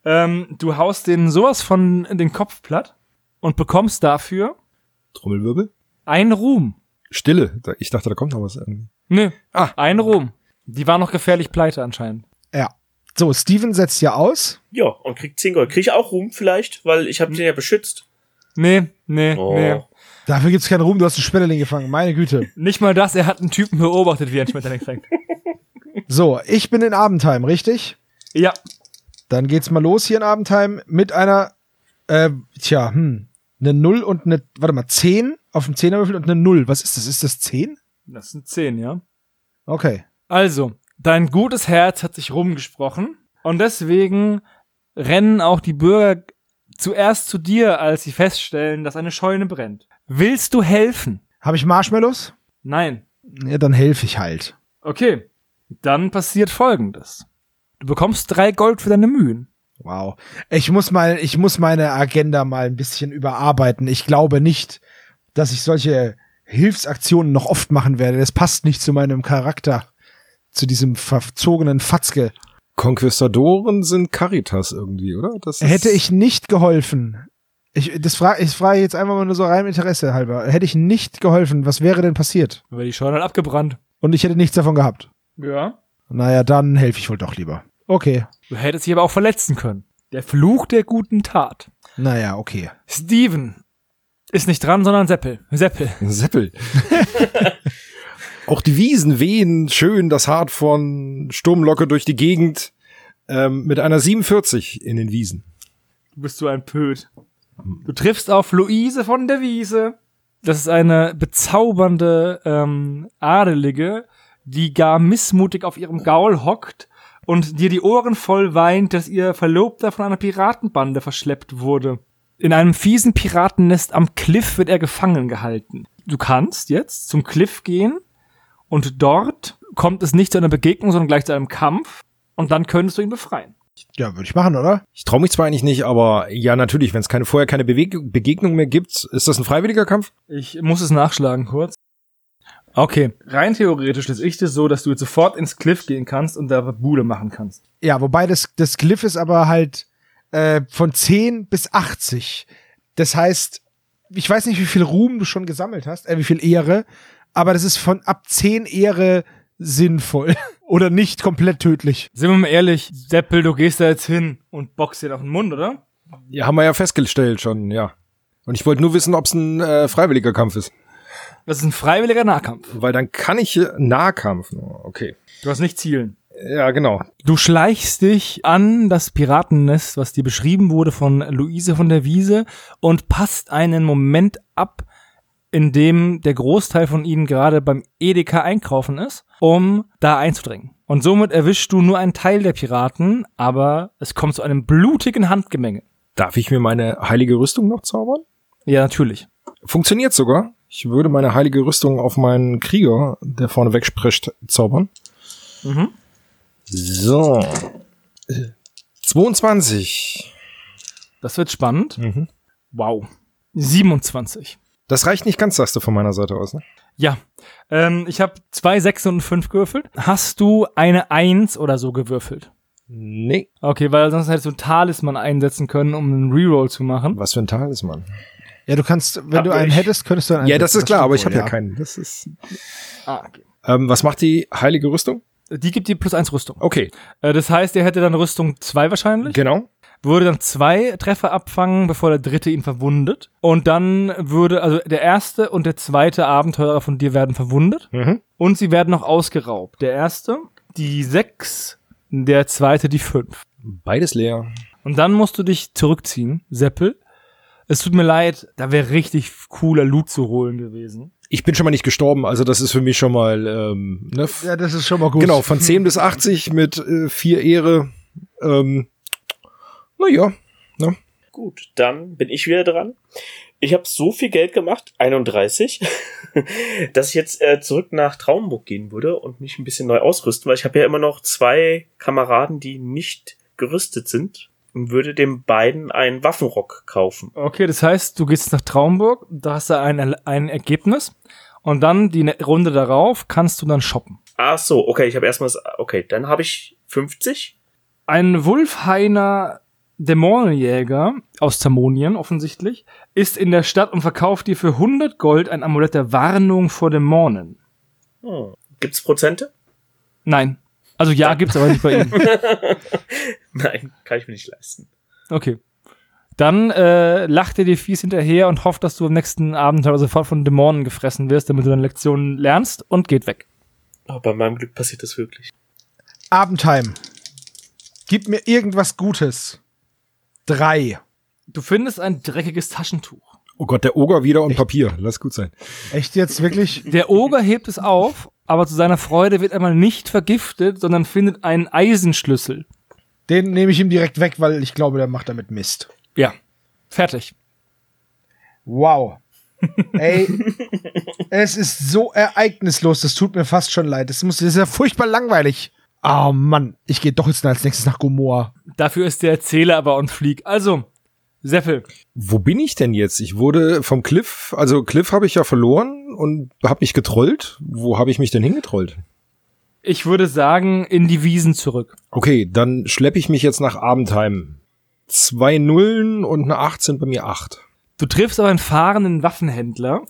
S2: Ähm, du haust denen sowas von in den Kopf platt und bekommst dafür
S4: Trommelwirbel?
S2: einen Ruhm.
S4: Stille. Da- Ich dachte, da kommt noch was. irgendwie.
S2: Nö,
S4: Ah.
S2: einen Ruhm. Die war noch gefährlich pleite anscheinend.
S1: Ja. So, Steven setzt ja aus.
S3: Ja, und kriegt 10 Gold. Krieg ich auch Ruhm vielleicht, weil ich habe den ja beschützt.
S2: Nee, nee,
S3: Oh.
S2: Hm. nee.
S1: Dafür gibt's keinen Ruhm, du hast einen Schmetterling gefangen. Meine Güte.
S2: Nicht mal das, er hat einen Typen beobachtet, wie er einen Schmetterling fängt.
S1: So, ich bin in Abendheim, richtig?
S2: ja,
S1: Dann geht's mal los hier in Abendheim mit einer, äh, tja, hm, eine Null und eine, warte mal, 10 auf dem Zehnerwürfel und eine Null. Was ist das? Ist das 10?
S2: das sind 10, ja.
S1: Okay.
S2: Also, dein gutes Herz hat sich rumgesprochen und deswegen rennen auch die Bürger zuerst zu dir, als sie feststellen, dass eine Scheune brennt. Willst du helfen?
S1: Habe ich Marshmallows?
S2: Nein.
S1: Ja, dann helfe ich halt.
S2: Okay. Dann passiert folgendes. Du bekommst drei Gold für deine Mühen.
S1: Wow. Ich muss mal, ich muss meine Agenda mal ein bisschen überarbeiten. Ich glaube nicht, dass ich solche Hilfsaktionen noch oft machen werde. Das passt nicht zu meinem Charakter. Zu diesem verzogenen Fatzke.
S4: Konquistadoren sind Caritas irgendwie, oder? Das ist-
S1: Hätte ich nicht geholfen, ich, das frage ich frage jetzt einfach mal nur so rein Interesse halber, hätte ich nicht geholfen, was wäre denn passiert?
S2: Weil die Scheune hat abgebrannt.
S1: Und ich hätte nichts davon gehabt.
S2: Ja.
S1: Naja, dann helfe ich wohl doch lieber. Okay.
S2: Du hättest dich aber auch verletzen können. Der Fluch der guten Tat.
S1: Naja, okay.
S2: Steven ist nicht dran, sondern Seppel. Seppel.
S4: Seppel. Auch die Wiesen wehen schön das Hart von Sturmlocke durch die Gegend ähm, mit einer 47 in den Wiesen.
S2: Du bist so ein Pöd. Du triffst auf Luise von der Wiese. Das ist eine bezaubernde ähm, Adelige, die gar missmutig auf ihrem Gaul hockt und dir die Ohren voll weint, dass ihr Verlobter von einer Piratenbande verschleppt wurde. In einem fiesen Piratennest am Cliff wird er gefangen gehalten. Du kannst jetzt zum Cliff gehen und dort kommt es nicht zu einer Begegnung, sondern gleich zu einem Kampf und dann könntest du ihn befreien.
S1: Ja, würde ich machen, oder?
S4: Ich traue mich zwar eigentlich nicht, aber ja, natürlich, wenn es keine, vorher keine Beweg Begegnung mehr gibt, ist das ein freiwilliger Kampf?
S2: Ich muss es nachschlagen kurz. Okay. Rein theoretisch ist ich das so, dass du jetzt sofort ins Cliff gehen kannst und da Bude machen kannst.
S1: Ja, wobei das, das Glyph ist aber halt äh, von 10 bis 80. Das heißt, ich weiß nicht, wie viel Ruhm du schon gesammelt hast, äh, wie viel Ehre, aber das ist von ab 10 Ehre sinnvoll oder nicht komplett tödlich.
S2: Sind wir mal ehrlich, Seppel, du gehst da jetzt hin und boxt dir auf den Mund, oder?
S4: Ja, haben wir ja festgestellt schon, ja. Und ich wollte nur wissen, ob es ein äh, freiwilliger Kampf ist.
S2: Das ist ein freiwilliger Nahkampf.
S4: Weil dann kann ich äh, Nahkampf. Okay.
S2: Du hast nicht Zielen.
S4: Ja, genau.
S2: Du schleichst dich an das Piratennest, was dir beschrieben wurde von Luise von der Wiese und passt einen Moment ab, in dem der Großteil von ihnen gerade beim Edeka einkaufen ist, um da einzudringen. Und somit erwischst du nur einen Teil der Piraten, aber es kommt zu einem blutigen Handgemenge.
S4: Darf ich mir meine heilige Rüstung noch zaubern?
S2: Ja, natürlich.
S4: Funktioniert sogar. Ich würde meine heilige Rüstung auf meinen Krieger, der vorne wegspricht, zaubern.
S2: Mhm.
S4: So. Äh, 22.
S2: Das wird spannend. Wow. 27.
S4: Das reicht nicht ganz, sagst du von meiner Seite aus. Ne?
S2: Ja, ähm, ich habe zwei Sechsen und fünf gewürfelt. Hast du eine Eins oder so gewürfelt?
S4: Nee.
S2: Okay, weil sonst hättest du einen Talisman einsetzen können, um einen Reroll zu machen.
S4: Was für ein Talisman.
S1: Ja, du kannst, wenn
S3: Hab
S1: du einen
S3: ich.
S1: hättest, könntest du einen
S4: Ja, das
S1: einsetzen.
S4: ist klar,
S1: stimmt
S4: aber ich
S1: wohl,
S4: habe ja keinen. Das ist.
S2: Ah, okay.
S4: Ähm, was macht die heilige Rüstung?
S2: Die gibt dir plus eins Rüstung.
S4: Okay,
S2: Äh, das heißt, er hätte dann Rüstung zwei wahrscheinlich.
S4: genau.
S2: Würde dann zwei Treffer abfangen, bevor der dritte ihn verwundet. Und dann würde, also der erste und der zweite Abenteurer von dir werden verwundet.
S4: Mhm.
S2: Und sie werden noch ausgeraubt. Der erste die sechs, der zweite die fünf.
S4: Beides leer.
S2: Und dann musst du dich zurückziehen, Seppel. Es tut mir leid, da wäre richtig cooler Loot zu holen gewesen.
S4: Ich bin schon mal nicht gestorben, also das ist für mich schon mal. Ähm, ne?
S1: Ja, das ist schon mal gut.
S4: Genau, von 10 bis 80 mit äh, vier Ehre. Ähm, naja,
S3: Gut, dann bin ich wieder dran. Ich habe so viel Geld gemacht, 31, dass ich jetzt äh, zurück nach Traumburg gehen würde und mich ein bisschen neu ausrüsten, weil ich habe ja immer noch zwei Kameraden, die nicht gerüstet sind und würde den beiden einen Waffenrock kaufen.
S2: Okay, das heißt, du gehst nach Traumburg, da hast du ein, ein Ergebnis und dann die ne- Runde darauf kannst du dann shoppen.
S3: Ach so, okay, ich habe erstmal das, okay, dann habe ich 50.
S2: Ein Wulfhainer Dämonenjäger aus Zamonien offensichtlich ist in der Stadt und verkauft dir für 100 Gold ein Amulett der Warnung vor Dämonen.
S3: Hm. Gibt's Prozente?
S2: Nein. Also ja, gibt's aber nicht bei ihm.
S3: Nein, kann ich mir nicht leisten.
S2: Okay. Dann äh, lacht er dir fies hinterher und hofft, dass du am nächsten Abenteuer sofort von Dämonen gefressen wirst, damit du deine Lektionen lernst und geht weg.
S3: Oh, bei meinem Glück passiert das wirklich.
S1: Abendheim. Gib mir irgendwas Gutes. Drei.
S2: Du findest ein dreckiges Taschentuch.
S4: Oh Gott, der Oger wieder und Papier. Lass gut sein.
S1: Echt jetzt wirklich?
S2: Der Oger hebt es auf, aber zu seiner Freude wird einmal nicht vergiftet, sondern findet einen Eisenschlüssel.
S1: Den nehme ich ihm direkt weg, weil ich glaube, der macht damit Mist.
S2: Ja. Fertig.
S1: Wow. Ey, es ist so ereignislos, das tut mir fast schon leid. Das, muss, das ist ja furchtbar langweilig. Ah Mann, ich gehe doch jetzt als nächstes nach Gomorra.
S2: Dafür ist der Erzähler aber on fleek. Also, Seppel,
S4: Wo bin ich denn jetzt? Ich wurde vom Cliff, also Cliff habe ich ja verloren und habe mich getrollt. Wo habe ich mich denn hingetrollt?
S2: ich würde sagen, in die Wiesen zurück.
S4: Okay, dann schleppe ich mich jetzt nach Abendheim. Zwei Nullen und eine Acht sind bei mir Acht.
S2: Du triffst aber einen fahrenden Waffenhändler,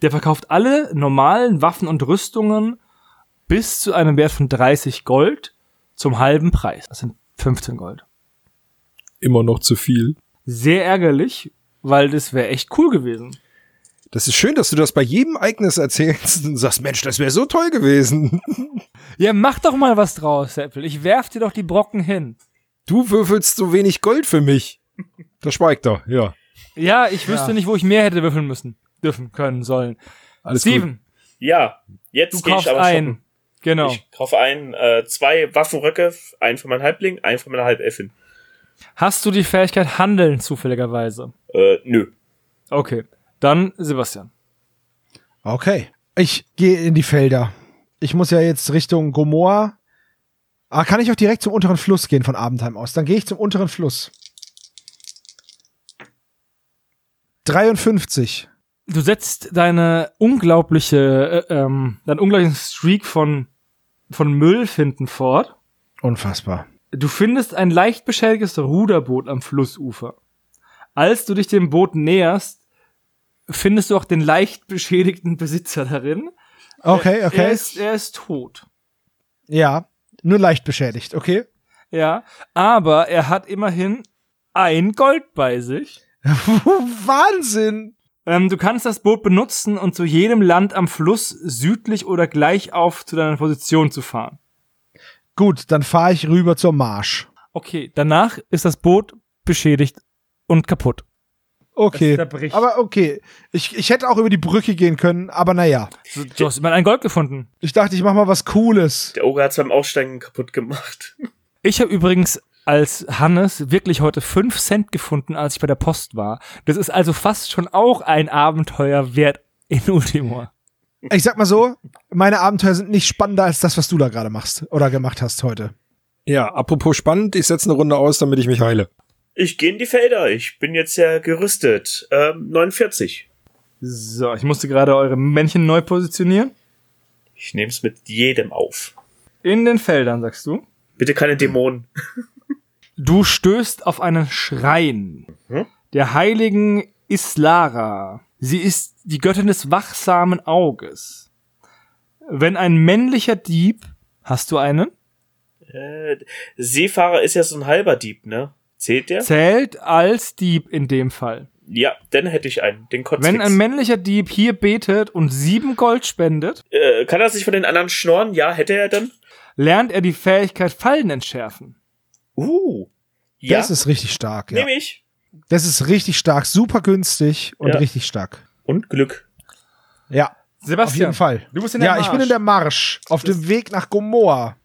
S2: der verkauft alle normalen Waffen und Rüstungen bis zu einem Wert von 30 Gold zum halben Preis. Das sind 15 Gold.
S4: Immer noch zu viel.
S2: Sehr ärgerlich, weil das wäre echt cool gewesen.
S4: Das ist schön, dass du das bei jedem Ereignis erzählst und sagst, Mensch, das wäre so toll gewesen.
S2: Ja, mach doch mal was draus, Apple. Ich werf dir doch die Brocken hin.
S4: Du würfelst so wenig Gold für mich. Da schweigt er, ja.
S2: Ja, ich wüsste nicht, wo ich mehr hätte würfeln müssen, dürfen, können, sollen.
S4: Alles gut.
S2: Steven,
S3: Ja, jetzt
S2: du
S3: geh
S2: kaufst
S3: ich aber shoppen.
S2: ein. Genau.
S3: Ich kaufe ein, äh, zwei Waffenröcke, einen für meinen Halbling, einen für meine Halbelfin.
S2: Hast du die Fähigkeit handeln zufälligerweise?
S3: Äh, nö.
S2: Okay. Dann Sebastian.
S1: Okay. Ich gehe in die Felder. Ich muss ja jetzt Richtung Gomorra. Ah, kann ich auch direkt zum unteren Fluss gehen von Abendheim aus? Dann gehe ich zum unteren Fluss. 53.
S2: du setzt deine unglaubliche, äh, ähm, deinen unglaublichen Streak von, von Müll finden fort.
S1: Unfassbar.
S2: Du findest ein leicht beschädigtes Ruderboot am Flussufer. Als du dich dem Boot näherst, findest du auch den leicht beschädigten Besitzer darin.
S1: Okay,
S2: Er
S1: okay.
S2: ist, er ist tot.
S1: Ja, nur leicht beschädigt, okay?
S2: Ja, aber er hat immerhin ein Gold bei sich.
S1: Wahnsinn!
S2: Ähm, du kannst das Boot benutzen und zu jedem Land am Fluss südlich oder gleichauf zu deiner Position zu fahren.
S1: Gut, dann fahre ich rüber zur Marsch.
S2: Okay, danach ist das Boot beschädigt und kaputt.
S1: Okay.
S2: Das zerbricht.
S1: Aber okay. Ich, ich hätte auch über die Brücke gehen können, aber naja.
S2: Du, du hast immer ein Gold gefunden.
S1: Ich dachte, ich mache mal was Cooles.
S3: Der Oger hat's beim Aussteigen kaputt gemacht.
S2: Ich habe übrigens als Hannes wirklich heute 5 Cent gefunden, als ich bei der Post war. Das ist also fast schon auch ein Abenteuer wert in Ultimor.
S1: Ich sag mal so, meine Abenteuer sind nicht spannender als das, was du da gerade machst oder gemacht hast heute.
S4: Ja, apropos spannend, ich setze eine Runde aus, damit ich mich heile.
S3: Ich gehe in die Felder. Ich bin jetzt ja gerüstet. Ähm, 49.
S2: So, ich musste gerade eure Männchen neu positionieren.
S3: Ich nehme es mit jedem auf.
S2: In den Feldern, sagst du.
S3: Bitte keine Dämonen.
S2: Du stößt auf einen Schrein
S3: Mhm.
S2: der heiligen Islara. Sie ist die Göttin des wachsamen Auges. Wenn ein männlicher Dieb, hast du einen,
S3: Äh, Seefahrer ist ja so ein halber Dieb, ne? Zählt der?
S2: zählt als Dieb in dem Fall.
S3: Ja, dann hätte ich einen. Den Kotzfix.
S2: Wenn ein männlicher Dieb hier betet und sieben Gold spendet,
S3: äh, kann er sich von den anderen schnorren? Ja, hätte er dann.
S2: lernt er die Fähigkeit Fallen entschärfen.
S3: Uh. Ja,
S1: Das ist richtig stark. Ja.
S3: nehme ich.
S1: Das ist richtig stark, super günstig und
S3: Ja.
S1: richtig stark.
S3: Und Glück.
S1: Ja, auf
S2: Sebastian,
S1: jeden Fall.
S2: du bist in der
S1: ja, ich bin in der Marsch auf dem Weg nach Gomorra.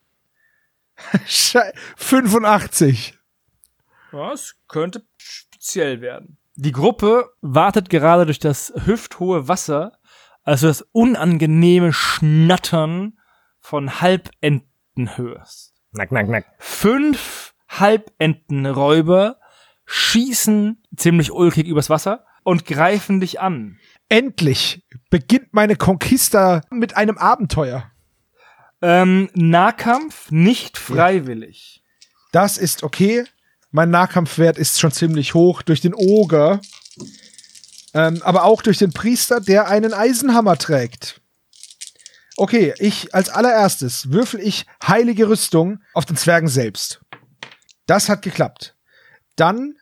S1: Schei- 85.
S2: Das könnte speziell werden. Die Gruppe wartet gerade durch das hüfthohe Wasser, als du das unangenehme Schnattern von Halbenten hörst.
S4: Knack, knack, knack.
S2: Fünf Halbentenräuber schießen ziemlich ulkig übers Wasser und greifen dich an.
S1: Endlich beginnt meine Conquista mit einem Abenteuer.
S2: Ähm, Nahkampf nicht freiwillig.
S1: Das ist okay. Mein Nahkampfwert ist schon ziemlich hoch durch den Oger. Ähm, aber auch durch den Priester, der einen Eisenhammer trägt. Okay, ich als allererstes würfel ich heilige Rüstung auf den Zwergen selbst. Das hat geklappt. Dann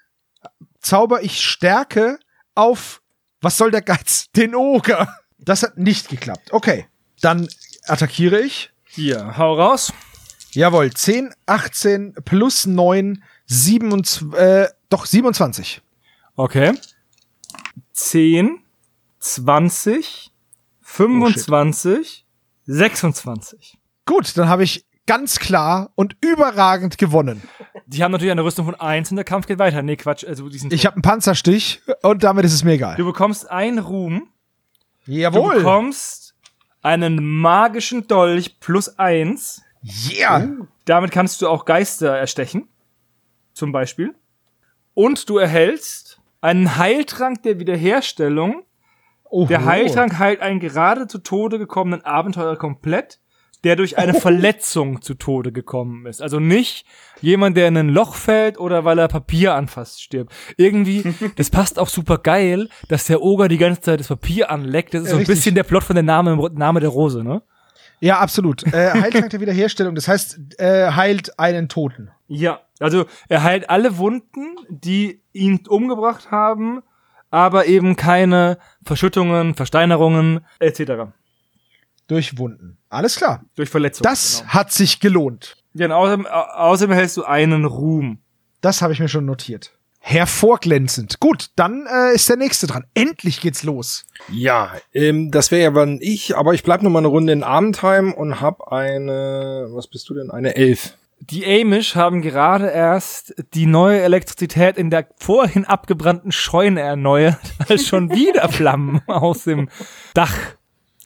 S1: zauber ich Stärke auf, was soll der Geiz? Den Oger. Das hat nicht geklappt. Okay, dann attackiere ich.
S2: Hier, hau raus.
S1: Jawohl, 10, 18 plus 9, 27, äh, doch 27.
S2: Okay. 10, 20, 25, 26.
S1: Gut, dann habe ich ganz klar und überragend gewonnen.
S2: Die haben natürlich eine Rüstung von 1 und der Kampf geht weiter. Nee, Quatsch. Also diesen
S1: Ich habe einen Panzerstich und damit ist es mir egal.
S2: du bekommst einen Ruhm. Du
S1: Jawohl.
S2: bekommst einen magischen Dolch plus 1.
S1: Yeah.
S2: Damit kannst du auch Geister erstechen. Zum Beispiel. Und du erhältst einen Heiltrank der Wiederherstellung.
S1: Oh,
S2: Der Heiltrank heilt einen gerade zu Tode gekommenen Abenteurer komplett, der durch eine Verletzung zu Tode gekommen ist. Also nicht jemand, der in ein Loch fällt oder weil er Papier anfasst, stirbt. Irgendwie, das passt auch super geil, dass der Oger die ganze Zeit das Papier anleckt. Das ist so ein
S1: Richtig.
S2: bisschen der Plot von der Name, Name der Rose, ne?
S1: Ja, absolut. Äh, Heiltrank der Wiederherstellung, das heißt, äh, heilt einen Toten.
S2: Ja, also er heilt alle Wunden, die ihn umgebracht haben, aber eben keine Verschüttungen, Versteinerungen etc.
S1: Durch Wunden. Alles klar.
S2: durch Verletzungen. genau.
S1: Das hat sich gelohnt.
S2: Ja, und außerdem, au- außerdem erhältst du einen Ruhm.
S1: Das habe ich mir schon notiert. Hervorglänzend. Gut, dann äh, ist der nächste dran. Endlich geht's los.
S4: Ja, ähm, das wäre ja dann ich, aber ich bleib noch mal eine Runde in Abendheim und hab eine, was bist du denn? Eine Elf.
S2: Die Amish haben gerade erst die neue Elektrizität in der vorhin abgebrannten Scheune erneuert, als schon wieder Flammen aus dem Dach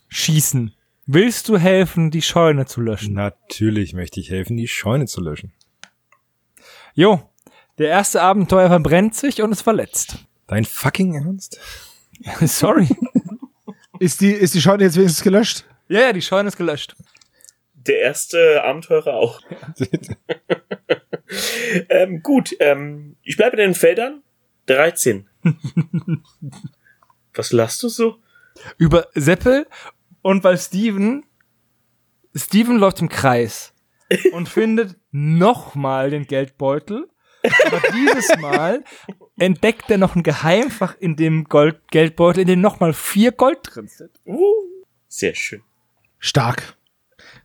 S2: schießen. Willst du helfen, die Scheune zu löschen?
S4: Natürlich möchte ich helfen, die Scheune zu löschen.
S2: Jo, der erste Abenteuer verbrennt sich und ist verletzt.
S4: Dein fucking Ernst?
S2: Sorry.
S1: Ist die, ist die Scheune jetzt wenigstens gelöscht?
S2: Ja, ja, die Scheune ist gelöscht.
S3: Der erste Abenteurer auch. ähm, gut, ähm, ich bleibe in den Feldern. 13. Was lachst du so?
S2: Über Seppel und weil Steven, Steven läuft im Kreis und findet nochmal den Geldbeutel. Aber dieses Mal entdeckt er noch ein Geheimfach in dem Gold Geldbeutel, in dem nochmal vier Gold drin sind.
S3: Uh, sehr schön.
S1: Stark.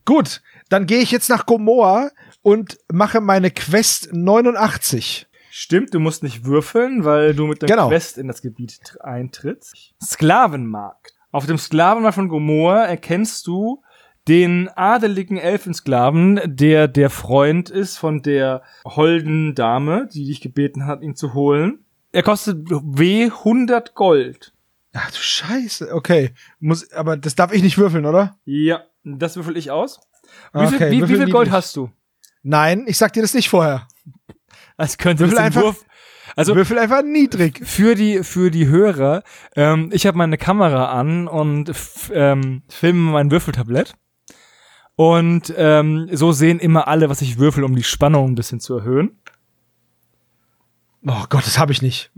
S1: Gut, dann gehe ich jetzt nach Gomorra und mache meine Quest 89.
S2: Stimmt, du musst nicht würfeln, weil du mit der
S1: Genau.
S2: Quest in das Gebiet tr- eintrittst. Sklavenmarkt. Auf dem Sklavenmarkt von Gomorra erkennst du den adeligen Elfensklaven, der der Freund ist von der holden Dame, die dich gebeten hat, ihn zu holen. Er kostet W 100 Gold.
S1: Ach du Scheiße. Okay, muss, aber das darf ich nicht würfeln, oder?
S2: Ja, das würfel ich aus. Wie viel,
S1: Okay,
S2: wie, wie
S1: würfel
S2: viel Gold
S1: niedrig.
S2: hast du?
S1: Nein, ich sag dir das nicht vorher.
S2: Als könnte
S1: Würfel
S2: das den
S1: einfach-
S2: Wurf. Also
S1: Würfel einfach niedrig.
S2: für die für die Hörer, ähm, ich habe meine Kamera an und f- ähm, filme mein Würfeltablett. Und ähm, so sehen immer alle, was ich würfel, um die Spannung ein bisschen zu erhöhen.
S1: Oh Gott, das habe ich nicht.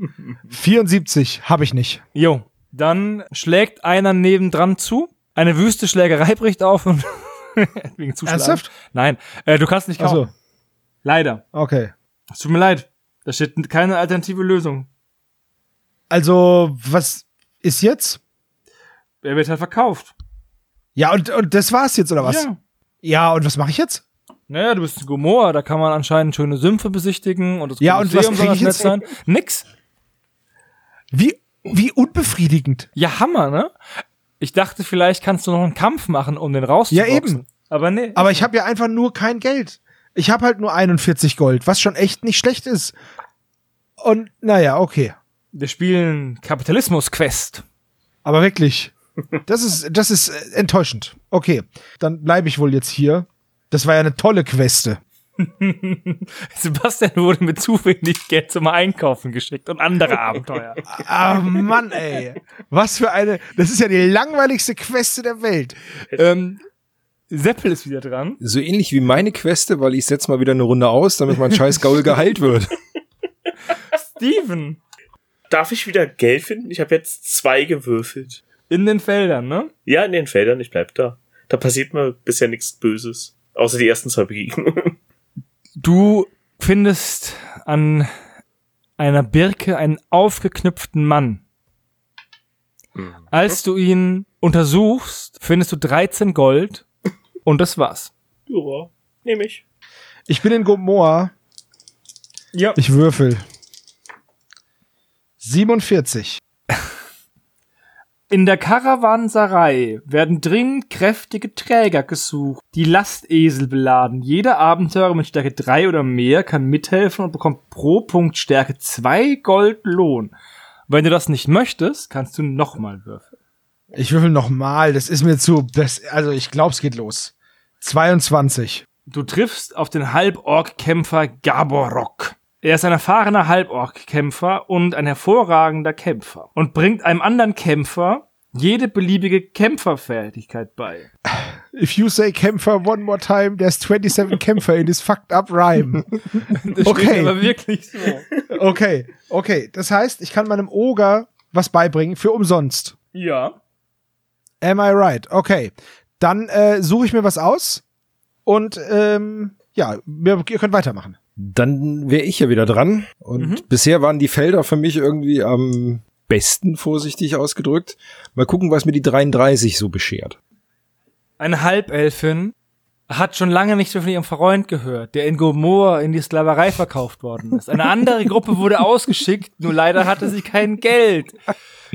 S1: 74 habe ich nicht.
S2: Jo, dann schlägt einer nebendran zu. Eine wüste Schlägerei bricht auf und wegen Zuschlagen.
S1: Ernsthaft?
S2: Nein, äh, du kannst nicht
S1: Ach
S2: kaufen.
S1: so,
S2: Leider.
S1: Also, okay.
S2: Es tut mir leid. Da steht keine alternative Lösung.
S1: Also, was ist jetzt?
S2: Er wird halt verkauft.
S1: Ja, und, und das war's jetzt, oder was?
S2: Ja.
S1: Ja, und was mache ich jetzt?
S2: Naja, du bist in Gomorra, da kann man anscheinend schöne Sümpfe besichtigen und das
S1: Ja, und was
S2: Kolosseum soll
S1: krieg
S2: das
S1: ich
S2: nett
S1: jetzt?
S2: sein. Nix.
S1: Wie, wie unbefriedigend.
S2: Ja, Hammer, ne? Ich dachte, vielleicht kannst du noch einen Kampf machen, um den
S1: Ja,
S2: rauszuboxen.
S1: eben.
S2: Aber nee.
S1: Aber ich habe ja einfach nur kein Geld. Ich habe halt nur 41 Gold, was schon echt nicht schlecht ist. Und naja, okay.
S2: Wir spielen Kapitalismus-Quest.
S1: Aber wirklich, das ist, das ist äh, enttäuschend. Okay, dann bleibe ich wohl jetzt hier. Das war ja eine tolle Queste.
S2: Sebastian wurde mit zu wenig Geld zum Einkaufen geschickt und andere Abenteuer.
S1: Ah, Mann, ey. Was für eine. Das ist ja die langweiligste Queste der Welt.
S2: ähm, Seppel ist wieder dran.
S4: So ähnlich wie meine Queste, weil ich setz mal wieder eine Runde aus, damit mein scheiß Gaul geheilt wird.
S2: Steven
S3: Darf ich wieder Geld finden? Ich habe jetzt zwei gewürfelt.
S2: in den Feldern, ne?
S3: Ja, in den Feldern, ich bleib da. Da passiert mir bisher nichts Böses. Außer die ersten zwei Begegnungen.
S2: Du findest an einer Birke einen aufgeknüpften Mann. Als du ihn untersuchst, findest du 13 Gold und das war's.
S3: ja, nehme ich.
S1: Ich bin in Gomoa.
S2: Ja.
S1: Ich würfel. 47.
S2: In der Karawanserei werden dringend kräftige Träger gesucht, die Lastesel beladen. Jeder Abenteurer mit Stärke 3 oder mehr kann mithelfen und bekommt pro Punkt Stärke 2 Gold Lohn. Wenn du das nicht möchtest, kannst du nochmal würfeln.
S1: Ich würfel nochmal. Das ist mir zu. Das, also, ich glaube, es geht los. 22.
S2: Du triffst auf den Halborg-Kämpfer Gaborok. Er ist ein erfahrener Halborg-Kämpfer und ein hervorragender Kämpfer und bringt einem anderen Kämpfer jede beliebige Kämpferfertigkeit bei.
S1: If you say Kämpfer one more time, there's 27 Kämpfer in this fucked up rhyme.
S2: Das
S1: Okay.
S2: steht aber wirklich so.
S1: Okay, okay. Das heißt, ich kann meinem Oger was beibringen für umsonst.
S2: Ja.
S1: Am I right? Okay. Dann äh, suche ich mir was aus und ähm, ja, wir, ihr könnt weitermachen.
S4: Dann wäre ich ja wieder dran. Und bisher waren die Felder für mich irgendwie am besten, vorsichtig ausgedrückt. Mal gucken, was mir die 33 so beschert.
S2: Eine Halbelfin hat schon lange nichts mehr von ihrem Freund gehört, der in Gomorra in die Sklaverei verkauft worden ist. Eine andere Gruppe wurde ausgeschickt, nur leider hatte sie kein Geld.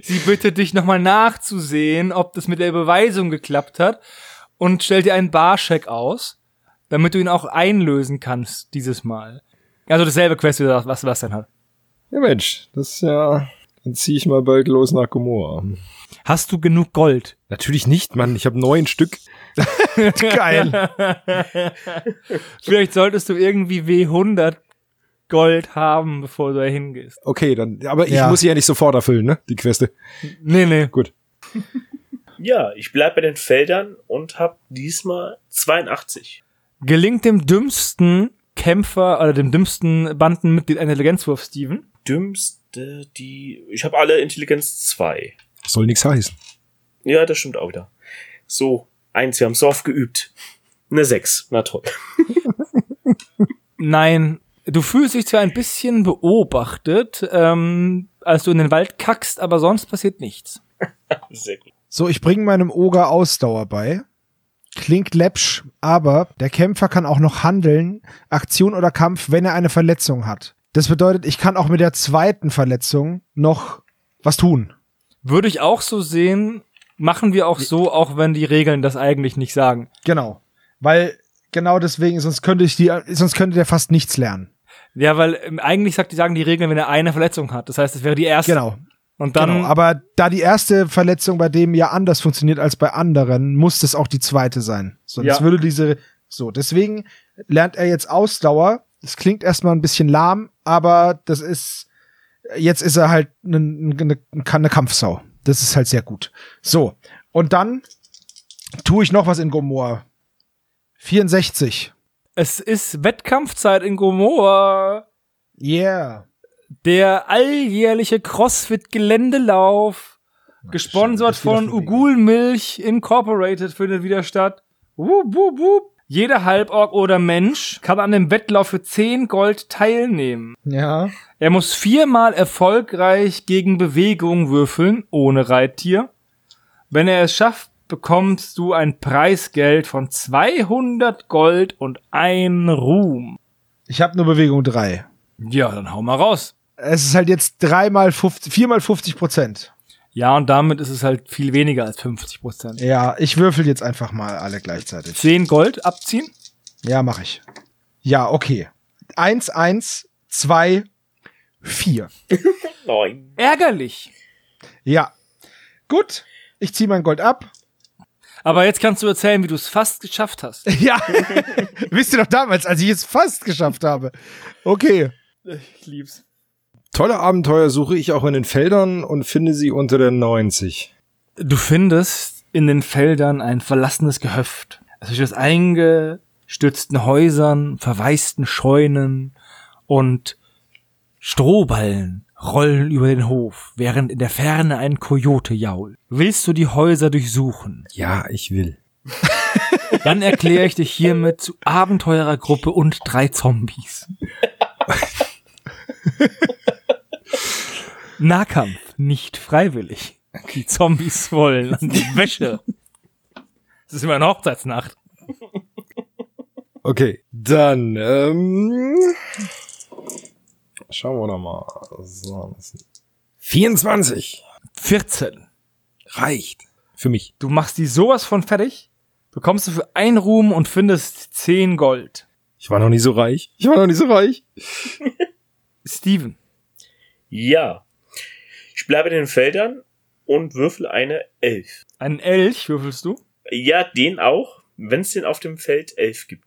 S2: Sie bittet dich nochmal nachzusehen, ob das mit der Überweisung geklappt hat und stellt dir einen Barscheck aus, damit du ihn auch einlösen kannst dieses Mal. Also dasselbe Quest, wie das- was Sebastian hat.
S4: Ja Mensch, das ist ja... Dann ziehe ich mal bald los nach Gomorra.
S2: Hast du genug Gold?
S4: Natürlich nicht, Mann. Ich habe neun Stück.
S1: Geil.
S2: Vielleicht solltest du irgendwie W100 Gold haben, bevor du da hingehst.
S4: Okay, dann. Aber ich
S1: Ja.
S4: muss sie ja nicht sofort erfüllen, ne? Die Queste.
S2: Nee, nee.
S4: Gut.
S3: Ja, ich bleib bei den Feldern und hab diesmal 82.
S2: Gelingt dem dümmsten Kämpfer oder dem dümmsten Bandenmitglied ein Intelligenzwurf, Steven?
S3: Dümmste, die. Ich habe alle Intelligenz 2.
S4: Soll nichts heißen.
S3: Ja, das stimmt auch wieder. So, eins, wir haben so oft geübt. Eine 6, na toll.
S2: Nein. Du fühlst dich zwar ein bisschen beobachtet, ähm, als du in den Wald kackst, aber sonst passiert nichts.
S3: Sehr gut.
S1: So, ich bringe meinem Oger Ausdauer bei. Klingt läppsch, aber der Kämpfer kann auch noch handeln, Aktion oder Kampf, wenn er eine Verletzung hat. Das bedeutet, ich kann auch mit der zweiten Verletzung noch was tun.
S2: Würde ich auch so sehen, machen wir auch so, auch wenn die Regeln das eigentlich nicht sagen.
S1: Genau. Weil genau deswegen, sonst könnte ich die, sonst könnte der fast nichts lernen.
S2: Ja, weil ähm, eigentlich sagt, die sagen die Regeln, wenn er eine Verletzung hat. Das heißt, es wäre die erste.
S1: Genau.
S2: Und dann
S1: genau. Aber da die erste Verletzung bei dem ja anders funktioniert als bei anderen, muss das auch die zweite sein. Sonst
S2: Ja.
S1: würde diese. So, deswegen lernt er jetzt Ausdauer. Das klingt erstmal ein bisschen lahm, aber das ist. Jetzt ist er halt eine ne, ne Kampfsau. Das ist halt sehr gut. So, und dann tue ich noch was in Gomorra. 64.
S2: es ist Wettkampfzeit in Gomorra.
S1: Yeah.
S2: Der alljährliche CrossFit-Geländelauf, gesponsert
S1: das geht
S2: von
S1: auf den Weg.
S2: Ugul Milch Incorporated, findet wieder statt. Wup, wup, wup. Jeder Halborg oder Mensch kann an dem Wettlauf für 10 Gold teilnehmen.
S1: Ja.
S2: Er muss viermal erfolgreich gegen Bewegung würfeln, ohne Reittier. Wenn er es schafft, bekommst du ein Preisgeld von 200 Gold und ein Ruhm.
S1: Ich habe nur Bewegung 3.
S2: Ja, dann hau mal raus.
S1: Es ist halt jetzt dreimal 50, viermal 50 Prozent.
S2: Ja, und damit ist es halt viel weniger als 50 Prozent.
S1: Ja, ich würfel jetzt einfach mal alle gleichzeitig.
S2: 10 Gold abziehen.
S1: Ja, mache ich. Ja, okay. Eins, eins, zwei, vier.
S3: Neun.
S2: Ärgerlich.
S1: Ja. Gut. Ich ziehe mein Gold ab.
S2: Aber jetzt kannst du erzählen, wie du es fast geschafft hast.
S1: Ja, wisst ihr doch damals, als ich es fast geschafft habe. Okay.
S3: Ich lieb's.
S4: Tolle Abenteuer suche ich auch in den Feldern und finde sie unter der 90.
S2: Du findest in den Feldern ein verlassenes Gehöft. Es ist aus eingestürzten Häusern, verwaisten Scheunen und Strohballen rollen über den Hof, während in der Ferne ein Kojote jault. Willst du die Häuser durchsuchen?
S4: Ja, ich will.
S2: Dann erkläre ich dich hiermit zu Abenteurergruppe und drei Zombies. Nahkampf, nicht freiwillig. Die Zombies wollen an die Wäsche. Es ist immer eine Hochzeitsnacht.
S4: Okay, dann ähm, schauen wir noch mal. So, das sind 24
S2: 14.
S4: reicht für mich.
S2: Du machst die sowas von fertig, bekommst du für einen Ruhm und findest 10 Gold.
S4: Ich war noch nie so reich. Ich war noch nie so reich.
S2: Steven,
S3: Ja. Ich bleibe in den Feldern und würfel eine Elf.
S2: einen Elch würfelst du?
S3: Ja, den auch, wenn es den auf dem Feld Elf gibt.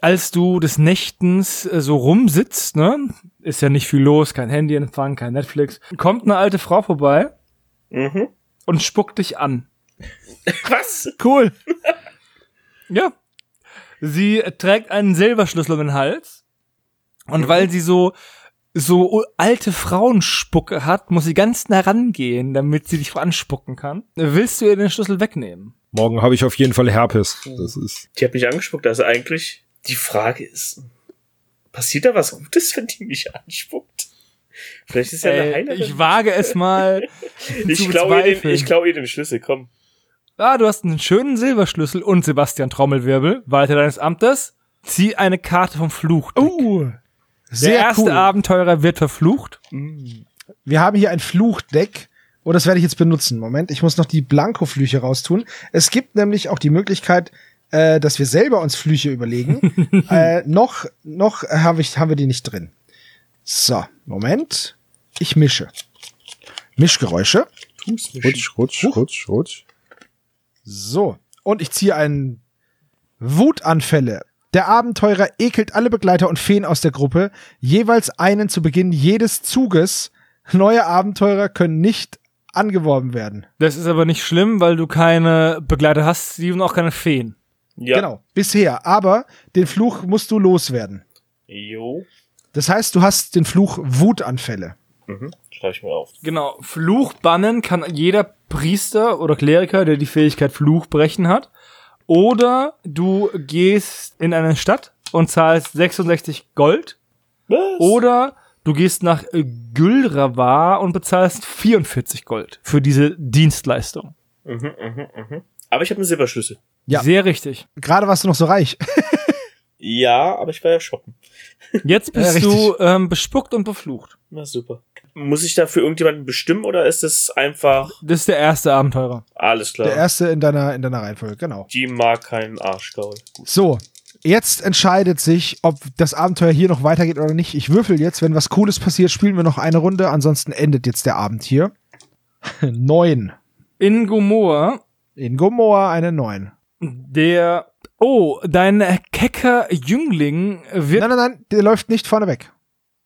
S2: als du des Nächtens äh, so rumsitzt, ne, ist ja nicht viel los, kein Handyempfang, kein Netflix, kommt eine alte Frau vorbei
S3: Mhm.
S2: und spuckt dich an.
S3: Was?
S2: Cool. ja. Sie äh, trägt einen Silberschlüssel um den Hals und weil sie so so u- alte Frauenspucke hat, muss sie ganz nah rangehen, damit sie dich anspucken kann. Willst du ihr den Schlüssel wegnehmen?
S4: Morgen habe ich auf jeden Fall Herpes. Das ist
S3: Die hat mich angespuckt. Also eigentlich, die Frage ist, passiert da was Gutes, wenn die mich anspuckt? Vielleicht ist ja eine
S2: Ey,
S3: Heilerin.
S2: ich wage es mal.
S3: Ich
S2: zu
S3: klaue ihr, den-
S2: bezweifeln.
S3: ich klaue ihr den Schlüssel, komm.
S2: Ah, du hast einen schönen Silberschlüssel und Sebastian Trommelwirbel, Walter deines Amtes. Zieh eine Karte vom Fluch.
S1: Uh,
S2: Der
S1: sehr
S2: erste
S1: cool.
S2: Abenteurer wird verflucht.
S1: Wir haben hier ein Fluchdeck. Und das werde ich jetzt benutzen. Moment, ich muss noch die Blankoflüche raustun. Es gibt nämlich auch die Möglichkeit, äh, dass wir selber uns Flüche überlegen. äh, noch noch habe ich, haben wir die nicht drin. So, Moment. Ich mische. Mischgeräusche.
S4: rutsch, rutsch, rutsch, rutsch.
S1: So. Und ich ziehe einen Wutanfälle. Der Abenteurer ekelt alle Begleiter und Feen aus der Gruppe, jeweils einen zu Beginn jedes Zuges. Neue Abenteurer können nicht angeworben werden.
S2: Das ist aber nicht schlimm, weil du keine Begleiter hast, die und auch keine Feen.
S3: Ja.
S1: Genau, bisher. Aber den Fluch musst du loswerden.
S3: Jo.
S1: Das heißt, du hast den Fluch Wutanfälle.
S3: Mhm. Schreibe ich mir auf.
S2: Genau. Fluch bannen kann jeder Priester oder Kleriker, der die Fähigkeit Fluch brechen hat. Oder du gehst in eine Stadt und zahlst 66 Gold.
S3: Was?
S2: Oder du gehst nach äh, Gülravar und bezahlst 44 Gold für diese Dienstleistung.
S3: Mhm, mhm, mhm. Aber ich habe einen Silberschlüssel.
S1: Ja.
S2: Sehr richtig.
S1: Gerade warst du noch so reich.
S3: Ja, aber ich war ja shoppen.
S2: Jetzt bist
S1: Ja, richtig.
S2: du ähm, bespuckt und beflucht.
S3: Na super. Muss ich dafür irgendjemanden bestimmen oder ist es einfach
S2: Das ist der erste Abenteurer.
S3: alles
S1: Der
S3: klar?
S1: erste in deiner, in deiner Reihenfolge, genau.
S3: Die mag keinen Arschgaul.
S1: So, jetzt entscheidet sich, ob das Abenteuer hier noch weitergeht oder nicht. Ich würfel jetzt, wenn was Cooles passiert, spielen wir noch eine Runde, ansonsten endet jetzt der Abend hier. Neun.
S2: In Gomorra,
S1: In Gomorra eine Neun.
S2: der. Oh, dein kecker Jüngling wird.
S1: Nein, nein, nein, der läuft nicht vorne weg.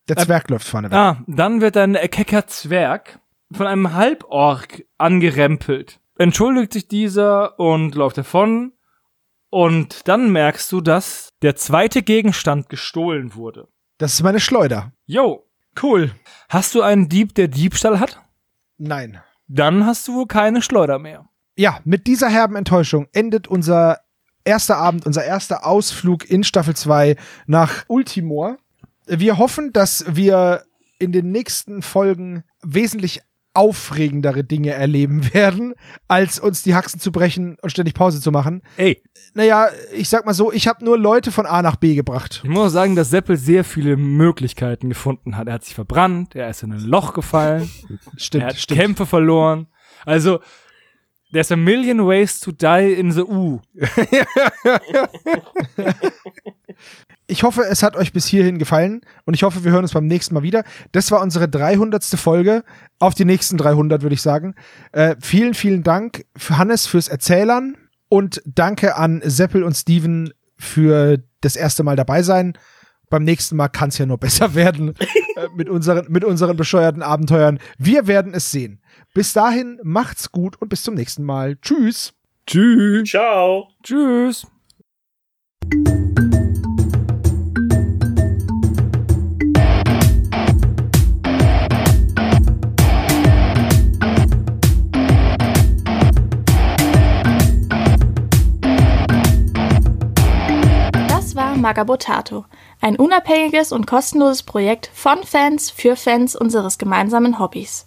S1: Der Zwerg läuft vorne weg.
S2: Ah, dann wird dein kecker Zwerg von einem Halborg angerempelt. Entschuldigt sich dieser und läuft davon. Und dann merkst du, dass der zweite Gegenstand gestohlen wurde.
S1: Das ist meine Schleuder.
S2: Yo,
S1: Cool.
S2: hast du einen Dieb, der Diebstahl hat?
S1: Nein.
S2: Dann hast du wohl keine Schleuder mehr.
S1: ja, mit dieser herben Enttäuschung endet unser erster Abend, unser erster Ausflug in Staffel 2 nach Ultimor. Wir hoffen, dass wir in den nächsten Folgen wesentlich aufregendere Dinge erleben werden, als uns die Haxen zu brechen und ständig Pause zu machen.
S2: Ey,
S1: Naja, ich sag mal so, ich habe nur Leute von A nach B gebracht.
S2: Ich muss auch sagen, dass Seppel sehr viele Möglichkeiten gefunden hat. Er hat sich verbrannt, er ist in ein Loch gefallen, er
S1: Stimmt,
S2: hat
S1: stimmt.
S2: Kämpfe verloren. Also, there's a million ways to die in the U.
S1: Ich hoffe, es hat euch bis hierhin gefallen und ich hoffe, wir hören uns beim nächsten Mal wieder. Das war unsere 300. Folge. Auf die nächsten 300 würde ich sagen. Äh, vielen, vielen Dank, für Hannes, fürs Erzählern Und danke an Seppel und Steven für das erste Mal dabei sein. Beim nächsten Mal kann es ja nur besser werden äh, mit, unseren, mit unseren bescheuerten Abenteuern. Wir werden es sehen. Bis dahin, macht's gut und bis zum nächsten Mal. Tschüss.
S4: Tschüss.
S3: Ciao.
S5: Tschüss.
S6: Das war Magabotato, ein unabhängiges und kostenloses Projekt von Fans für Fans unseres gemeinsamen Hobbys.